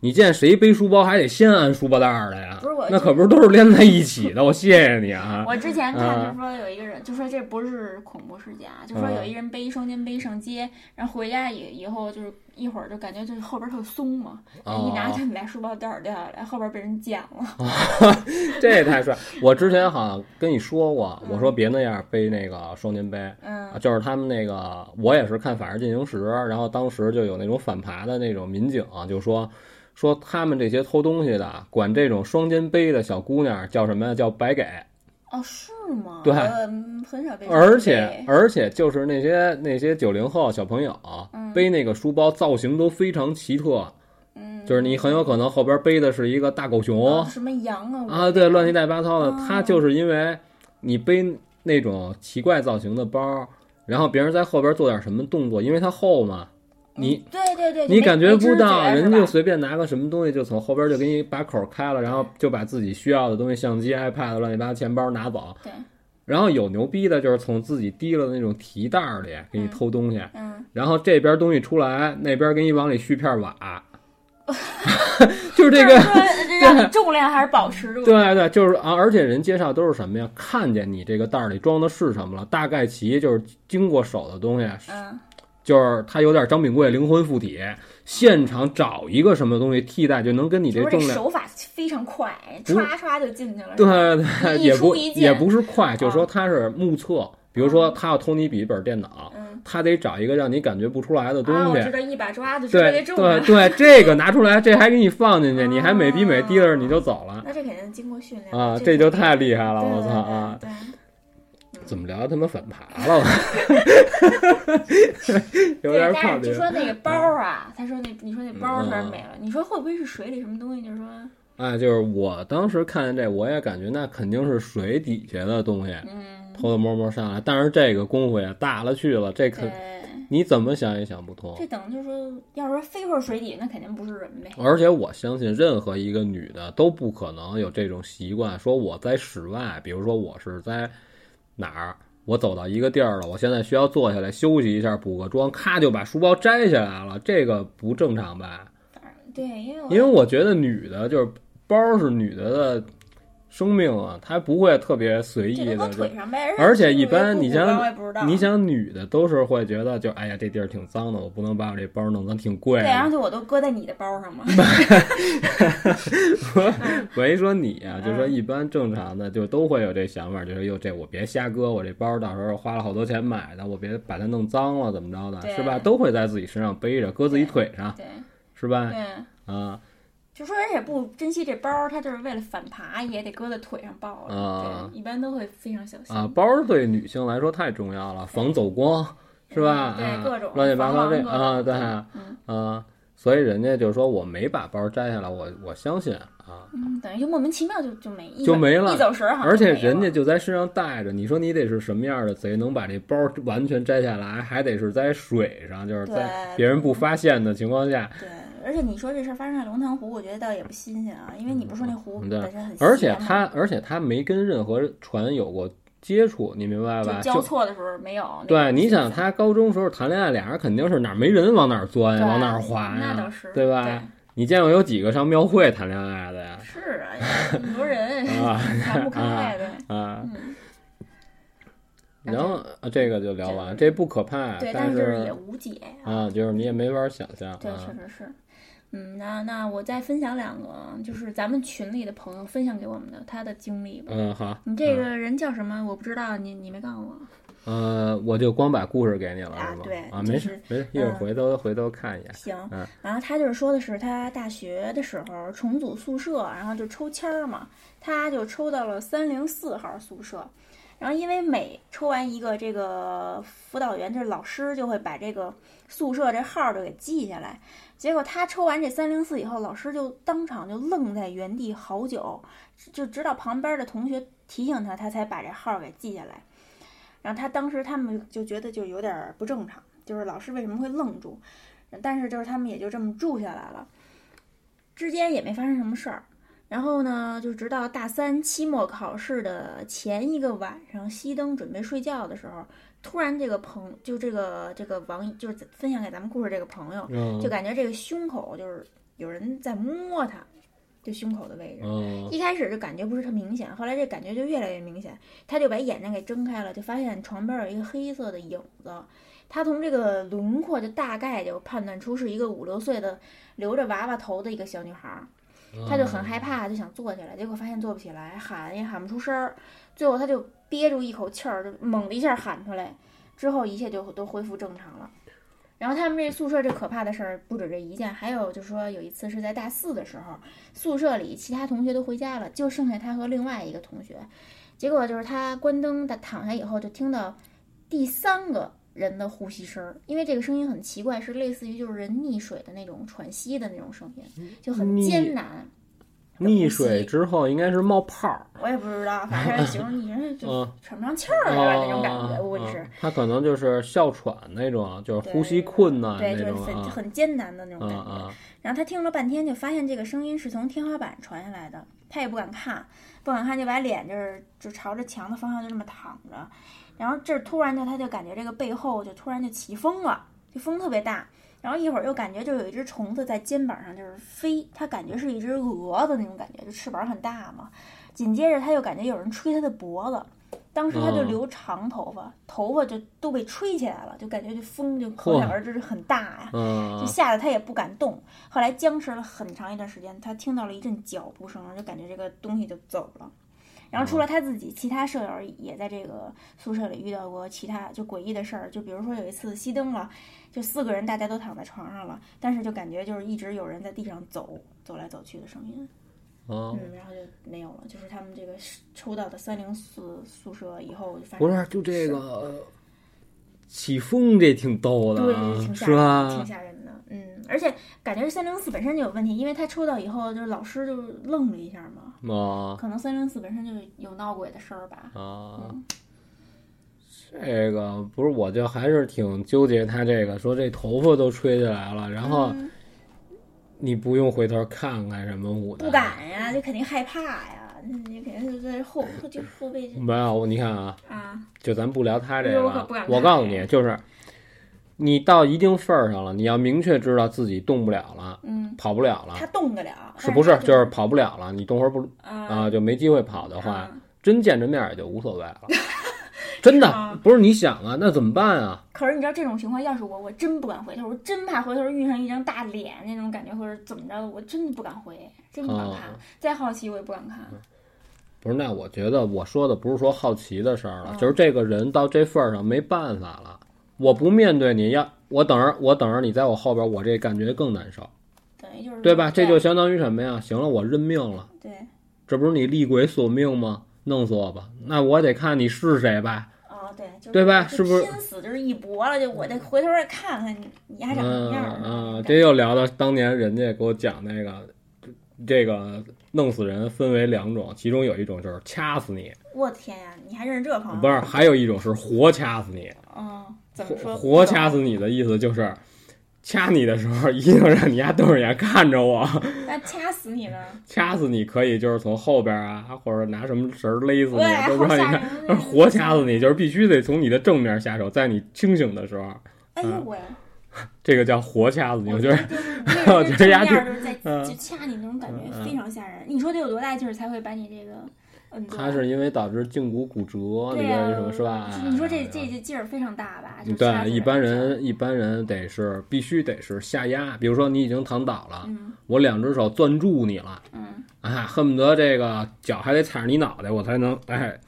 你见谁背书包还得先按书包带儿的呀不是我？那可不是都是连在一起 的。我谢谢你啊。我之前看啊就说有一个人，就说这不是恐怖事件啊，就说嗯有一人背一双肩背上街，然后回家以以后就是一会儿就感觉就是后边特松嘛，一哎拿哦就俩书包带儿掉下来，后边被人捡了。这也太帅！我之前好像跟你说过，我说别那样背那个双肩背，嗯啊就是他们那个，我也是看《法制进行时》，然后当时就有那种反扒的那种民警啊、就说说他们这些偷东西的，管这种双肩背的小姑娘叫什么呀？叫白给。哦，是吗？对呃嗯很少被人而且背而且就是那些那些九零后小朋友、啊背那个书包，造型都非常奇特，嗯，就是你很有可能后边背的是一个大狗熊、啊什么羊啊啊，对，乱七八糟的。哦他就是因为你背那种奇怪造型的包，然后别人在后边做点什么动作，因为他厚嘛，你嗯对对对，你感觉不到，到人就随便拿个什么东西就从后边就给你把口开了，然后就把自己需要的东西，相机、iPad、乱七八糟钱包拿走。对。然后有牛逼的，就是从自己提了那种提袋儿里给你偷东西，嗯，然后这边东西出来，那边给你往里续片瓦， 就是这个， 对让你重量还是保持住。对对，就是啊，而且人介绍都是什么呀？看见你这个袋儿里装的是什么了，大概其就是经过手的东西，嗯，就是他有点张炳贵灵魂附体，现场找一个什么东西替代，就能跟你不这是重这量。手法非常快，不是唰唰就进去了。是吧，对对，一也出不一嗯哦进也不是快，就是说他是目测，比如说他要偷你笔记本电脑，嗯，他得找一个让你感觉不出来的啊，东我西。知道一把抓就知道这对重对了。对，这个拿出来，这还给你放进去，啊你还美逼美提着你就走了 那这肯定经过训练啊！这这就太厉害害了，我操啊！！对对对对怎么聊他妈反爬 了？有对，点靠但是就虑说那个包啊，他说那你说那包嗯突然没了，你说会不会是水里什么东西？就是说，哎，就是我当时看见这，我也感觉那肯定是水底下的东西，嗯，嗯，偷偷摸摸上来。但是这个功夫呀，大了去了，这可对，你怎么想也想不通。这等于就是说，要是说飞入水底，那肯定不是人呗。而且我相信，任何一个女的都不可能有这种习惯，说我在室外，比如说我是在哪儿，我走到一个地儿了，我现在需要坐下来休息一下，补个妆，咔就把书包摘下来了，这个不正常吧？对，因为我 因为我觉得女的就是包是女的的生命啊，她不会特别随这意都的搁。腿啊上呗，而且一是般不是你像我也不知道，你想女的都是会觉得就哎呀这地儿挺脏的，我不能把我这包弄脏，挺贵对，啊的。 然后就我都搁在你的包上嘛。我一说你啊，就说嗯一般正常的，就都会有这想法，就是哟，这我别瞎搁，我这包到时候花了好多钱买的，我别把它弄脏了，怎么着的，对是吧？都会在自己身上背着，搁自己腿上，对是吧？对，啊就说而且不珍惜这包，他就是为了反爬也得搁在腿上抱着。啊对，一般都会非常小心。啊！包对女性来说太重要了，防走光，是吧？嗯对啊各种乱七八糟这防狼啊，各对种啊嗯，啊所以人家就说我没把包摘下来，我我相信啊，嗯，等于就莫名其妙就就没一就晚没了一走神儿好像而且没啊了人家就在身上带着，你说你得是什么样的贼，能把这包完全摘下来，还得是在水上，就是在对别人不发现的情况下。对，而且你说这事儿发生在龙潭湖，我觉得倒也不新鲜啊，因为你不是说那湖嗯对本身很而且斜嘛他，而且他没跟任何船有过接触，你明白吧？就交错的时候没有那个对，你心想思他高中时候谈恋爱，俩人肯定是哪儿没人往哪儿钻呀，对往哪儿滑那倒呀是，对吧？你见过有几个上庙会谈恋爱的呀？ 是啊，很多人 啊 看不开对。啊，嗯，然后啊这个就聊完，这这不可怕，对，但但就是也无解呀、啊，就是你也没法想象对，啊确实是。嗯，那那我再分享两个，啊就是咱们群里的朋友分享给我们的他的经历吧。嗯，好，你这个人叫什么？我不知道，你你没告诉我。呃，我就光把故事给你了，啊是吗？对啊，就没是事没事，一会儿嗯回头回头看一眼。行嗯，然后他就是说的是他大学的时候重组宿舍，然后就抽签儿嘛，他就抽到了三零四号宿舍，然后因为每抽完一个这个辅导员，就是老师就会把这个宿舍这号儿就给记下来，结果他抽完这三零四以后，老师就当场就愣在原地好久，就直到旁边的同学提醒他，他才把这号儿给记下来。然后他当时他们就觉得就有点儿不正常，就是老师为什么会愣住？但是就是他们也就这么住下来了，之间也没发生什么事儿。然后呢，就直到大三期末考试的前一个晚上，熄灯准备睡觉的时候，突然这个朋就这个这个网就是分享给咱们故事这个朋友，嗯就感觉这个胸口就是有人在摸他，就胸口的位置。嗯一开始就感觉不是特明显，后来这感觉就越来越明显，他就把眼睛给睁开了，就发现床边有一个黑色的影子。他从这个轮廓就大概就判断出是一个五六岁的留着娃娃头的一个小女孩儿，他嗯就很害怕，就想坐起来，结果发现坐不起来，喊也喊不出声儿，最后他就憋住一口气儿，就猛的一下喊出来，之后一切就都恢复正常了。然后他们这宿舍这可怕的事儿不止这一件，还有就是说有一次是在大四的时候，宿舍里其他同学都回家了，就剩下他和另外一个同学。结果就是他关灯，他躺下以后就听到第三个人的呼吸声儿，因为这个声音很奇怪，是类似于就是人溺水的那种喘息的那种声音，就很溺艰难。嗯溺水之后应该是冒 泡儿，我也不知道，反 正形容你这就嗯，喘不上气儿了那种感觉，我估计是嗯，他可能就是哮喘那种，就是对呼吸困难对，就那是种很啊很艰难的那种啊感觉。啊然后他听了半天，就发现这个声音是从天花板传下来的，他也不敢看，不敢看就把脸就是就朝着墙的方向就这么躺着，然后这儿突然就他就感觉这个背后就突然就起风了，就风特别大，然后一会儿又感觉就有一只虫子在肩膀上就是飞，他感觉是一只蛾子那种感觉，就翅膀很大嘛，紧接着他又感觉有人吹他的脖子。当时他就嗯留长头发，头发就都被吹起来了，就感觉这风就可想嚯而知是很大呀。嗯就吓得他也不敢动。后来僵持了很长一段时间，他听到了一阵脚步声，就感觉这个东西就走了。然嗯后除了他自己，其他舍友也在这个宿舍里遇到过其他就诡异的事儿，就比如说有一次熄灯了，就四个人大家都躺在床上了，但是就感觉就是一直有人在地上走走来走去的声音，啊，嗯，然后就没有了。就是他们这个抽到的三零四宿舍以后就发不生是，就这个呃起风这挺逗的对，啊，挺吓人是的，吧挺？吓人的。嗯，而且感觉三零四本身就有问题，因为他抽到以后，就是老师就愣了一下嘛，啊可能三零四本身就有闹鬼的事儿吧。啊，这个不是，我就还是挺纠结他这个，说这头发都吹起来了，然后嗯你不用回头看看什么舞的，不敢呀，就肯定害怕呀，那你肯定是在后后就后背这没有，你看啊，啊，就咱不聊他这哎个呦我可了不敢，看我告诉你，就是你到一定份儿上了，你要明确知道自己动不了了，嗯，跑不了了，他动得了，啊是不是？但就是跑不了了，你动会儿不他啊啊，就没机会跑的话，啊真见着面儿也就无所谓了。 真是吗的不是你想啊，那怎么办啊？可是你知道这种情况，要是我，我真不敢回头，我真怕回头遇上一张大脸那种感觉，或者怎么着的，我真的不敢回，真不敢看。哦嗯再好奇我也不敢看。不是，那我觉得我说的不是说好奇的事儿了，嗯就是这个人到这份儿上没办法了，我不面对你要我等着我等着你在我后边儿，我这感觉更难受，嗯等于就是对吧？这就相当于什么呀？行了，我认命了，对这不是你厉鬼索命吗？弄死我吧，那我得看你是谁吧。哦，对，就是对吧就是不是拼死就是一搏了？就我得回头再看看你，你还长什么样儿呢啊嗯嗯，这又聊到当年人家给我讲那个，这个弄死人分为两种，其中有一种就是掐死你，我天呀、你还认识这朋友？不是，还有一种是活掐死你。嗯，怎么活说？活掐死你的意思就是，掐你的时候一定让你丫瞪着眼看着我，那掐死你 呢？掐死你可以就是从后边啊，或者拿什么绳儿勒死对，你，都不好让你吓看。人但啊！是活嗯掐死你就是必须得从你的正面下手，在你清醒的时候，哎呦喂！这个叫活掐死你。我觉得得 我觉得丫就就是在嗯就掐你那种感觉非常吓人。你说得有多大劲儿才会把你这个摁住？他是因为导致胫骨骨折，对你呀跟什么啊是吧？哎你说这这这劲儿非常大吧？就是掐死对一般这种，人一般人得是必须得是下压，比如说你已经躺倒了，嗯我两只手攥住你了，嗯，啊，恨不得这个脚还得踩着你脑袋，我才能哎，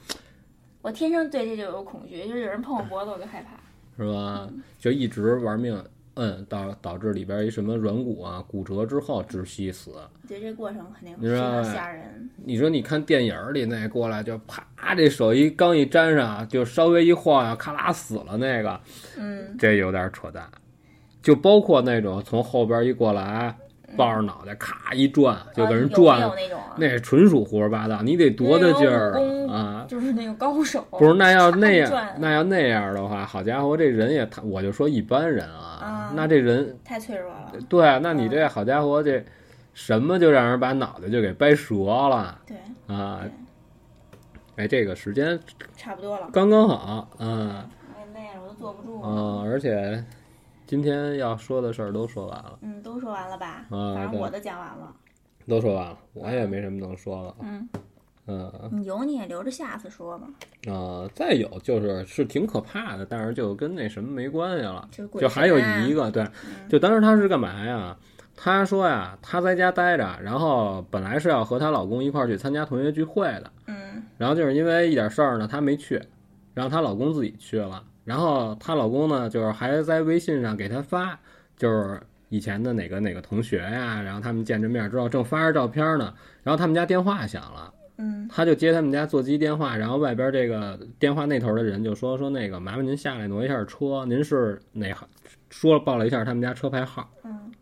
我天生对这就有恐惧，就是有人碰我脖子我就害怕。是吧？嗯就一直玩命摁，导导致里边一什么软骨啊骨折之后窒息死。对这过程肯定非你知道常吧吓人。你说你看电影里那过来就啪，这手一刚一沾上，就稍微一晃呀，咔啦死了那个，嗯，这有点扯淡。就包括那种从后边一过来，抱着脑袋咔一转，就给人啊有转，没有那种啊？那纯属胡说八道。你得多大劲儿那有武功 啊！就是那个高手，不是，那要那一转样，那要那样的话，好家伙，这人也太……我就说一般人啊啊，那这人太脆弱了。对，啊那你这好家伙，这什么就让人把脑袋就给掰折了对，啊！哎，这个时间差不多了，刚刚好，嗯我累了，我都坐不住了。嗯，而且今天要说的事儿都说完了。嗯，都说完了吧？啊反正对我的讲完了。都说完了，我也没什么能说的。嗯，嗯你有你也留着下次说吧。呃，再有就是是挺可怕的，但是就跟那什么没关系了。就是鬼就还有神啊一个对，就当时她是干嘛呀？她说呀，她在家待着，然后本来是要和她老公一块儿去参加同学聚会的，嗯然后就是因为一点事儿呢，她没去，让她老公自己去了。然后她老公呢，就是还在微信上给她发，就是以前的哪个哪个同学呀，然后他们见着面之后正发着照片呢，然后他们家电话响了。嗯他就接他们家座机电话，然后外边这个电话那头的人就说说那个麻烦您下来挪一下车，您是哪行？说了报了一下他们家车牌号。嗯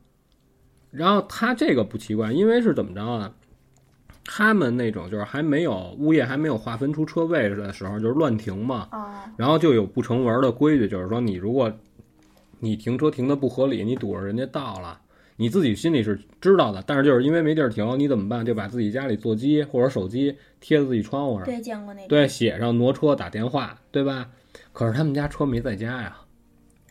然后他这个不奇怪，因为是怎么着啊？他们那种就是还没有物业还没有划分出车位的时候，就是乱停嘛。哦，然后就有不成文的规矩，就是说你如果你停车停的不合理，你堵着人家道了，你自己心里是知道的，但是就是因为没地儿停，你怎么办？就把自己家里座机或者手机贴自己窗户上，对，见过那种。对，写上挪车打电话，对吧？可是他们家车没在家呀，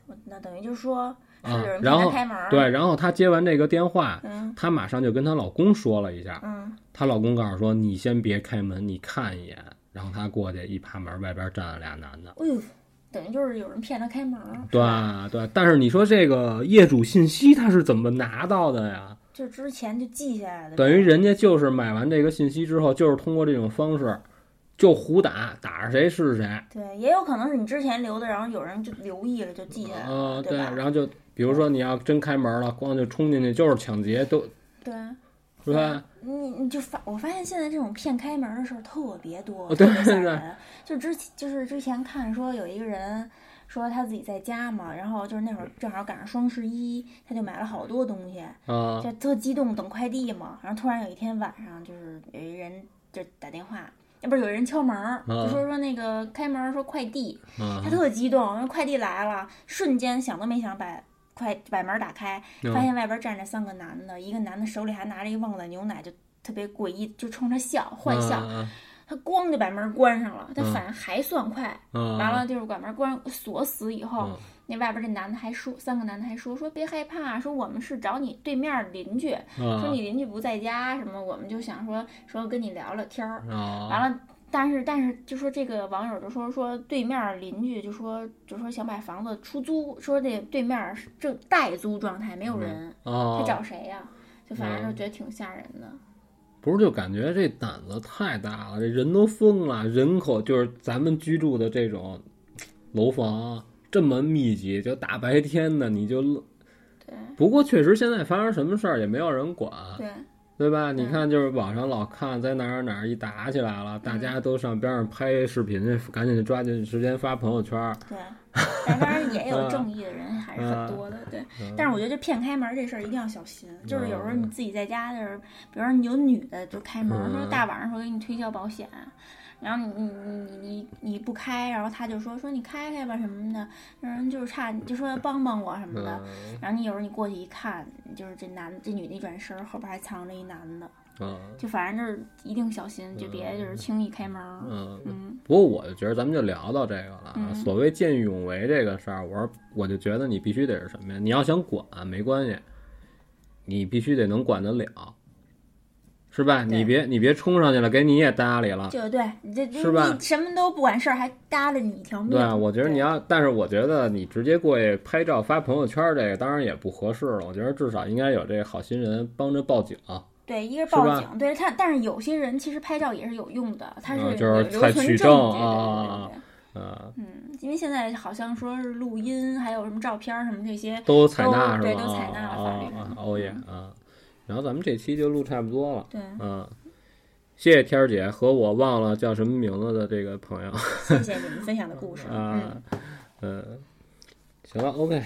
我那等于就是说，是啊有人，然帮他后开门儿。对，然后她接完这个电话，嗯她马上就跟她老公说了一下，嗯，她老公告诉说你先别开门，你看一眼，然后她过去一爬门，外边站了俩男的，哎呦，等于就是有人骗他开门儿。对啊嗯对，但是你说这个业主信息他是怎么拿到的呀？就之前就记下来的。等于人家就是买完这个信息之后，就是通过这种方式，就胡打，打着谁是谁，对，也有可能是你之前留的，然后有人就留意了，就记下来了，啊，对吧？然后就比如说你要真开门了，光就冲进去就是抢劫，都对，是吧？你你就发，我发现现在这种骗开门儿的事儿特别多，哦对特别吓对人。就之前就是之前看说有一个人说他自己在家嘛，然后就是那会儿正好赶上双十一，他就买了好多东西，啊，就特激动等快递嘛。然后突然有一天晚上，就是有一人就打电话呃不是有人敲门儿，嗯就说说那个开门儿说快递，啊他特激动，说快递来了，瞬间想都没想把快把门打开，嗯发现外边站着三个男的，一个男的手里还拿着一旺仔牛奶，就特别诡异，就冲他笑，坏笑。啊他咣就把门关上了，他嗯反应还算快。啊完了就是把门关锁死以后，嗯那外边这男的还说，三个男的还说说别害怕，说我们是找你对面邻居，说啊你邻居不在家什么，我们就想说说跟你聊聊天儿。啊完了，但是但是就说这个网友就说说对面邻居就说就说想把房子出租，说这对面是正待租状态，没有嗯人，他啊！找谁呀、就反正就嗯觉得挺吓人的。不是，就感觉这胆子太大了，这人都疯了，人口就是咱们居住的这种楼房这么密集，就大白天的你就。对不过确实现在发生什么事儿也没有人管，对对吧？你看，就是网上老看在哪儿哪儿一打起来了，大嗯家都上边上拍视频去，赶紧抓紧时间发朋友圈儿。 对，但当然也嗯有正义的人还是很多的，对。但是我觉得这骗开门这事儿一定要小心，就是有时候你自己在家就是，比如说你有女的就开门，嗯说大晚上说给你推销保险。然后你你你你你不开，然后他就说说你开开吧什么的，让人就是差你就说帮帮我什么的，嗯然后你有时候你过去一看，就是这男这女的一转身儿，后边还藏着一男的，嗯就反正就是一定小心，就别就是轻易开门儿。嗯。嗯不过我就觉得咱们就聊到这个了啊。嗯所谓见义勇为这个事儿，我说我就觉得你必须得是什么呀？你要想管没关系，你必须得能管得了，是吧？对你别你别冲上去了，给你也搭理了。就对你这是吧你什么都不管事儿，还搭了你一条命。对，我觉得对你要，但是我觉得你直接过去拍照发朋友圈儿，这个当然也不合适了。我觉得至少应该有这个好心人帮着报警，对，一个是是报吧警，对他，但是有些人其实拍照也是有用的，他是嗯就有是留采存取证证据啊对对对对呃，嗯，因为现在好像说是录音，还有什么照片儿什么这些，都采纳都嗯是吧？对都采纳了啊法律啊上啊哦耶啊！然后咱们这期就录差不多了，对，嗯，谢谢天儿姐和我忘了叫什么名字的这个朋友谢谢你们分享的故事。嗯啊，嗯，行了，OK，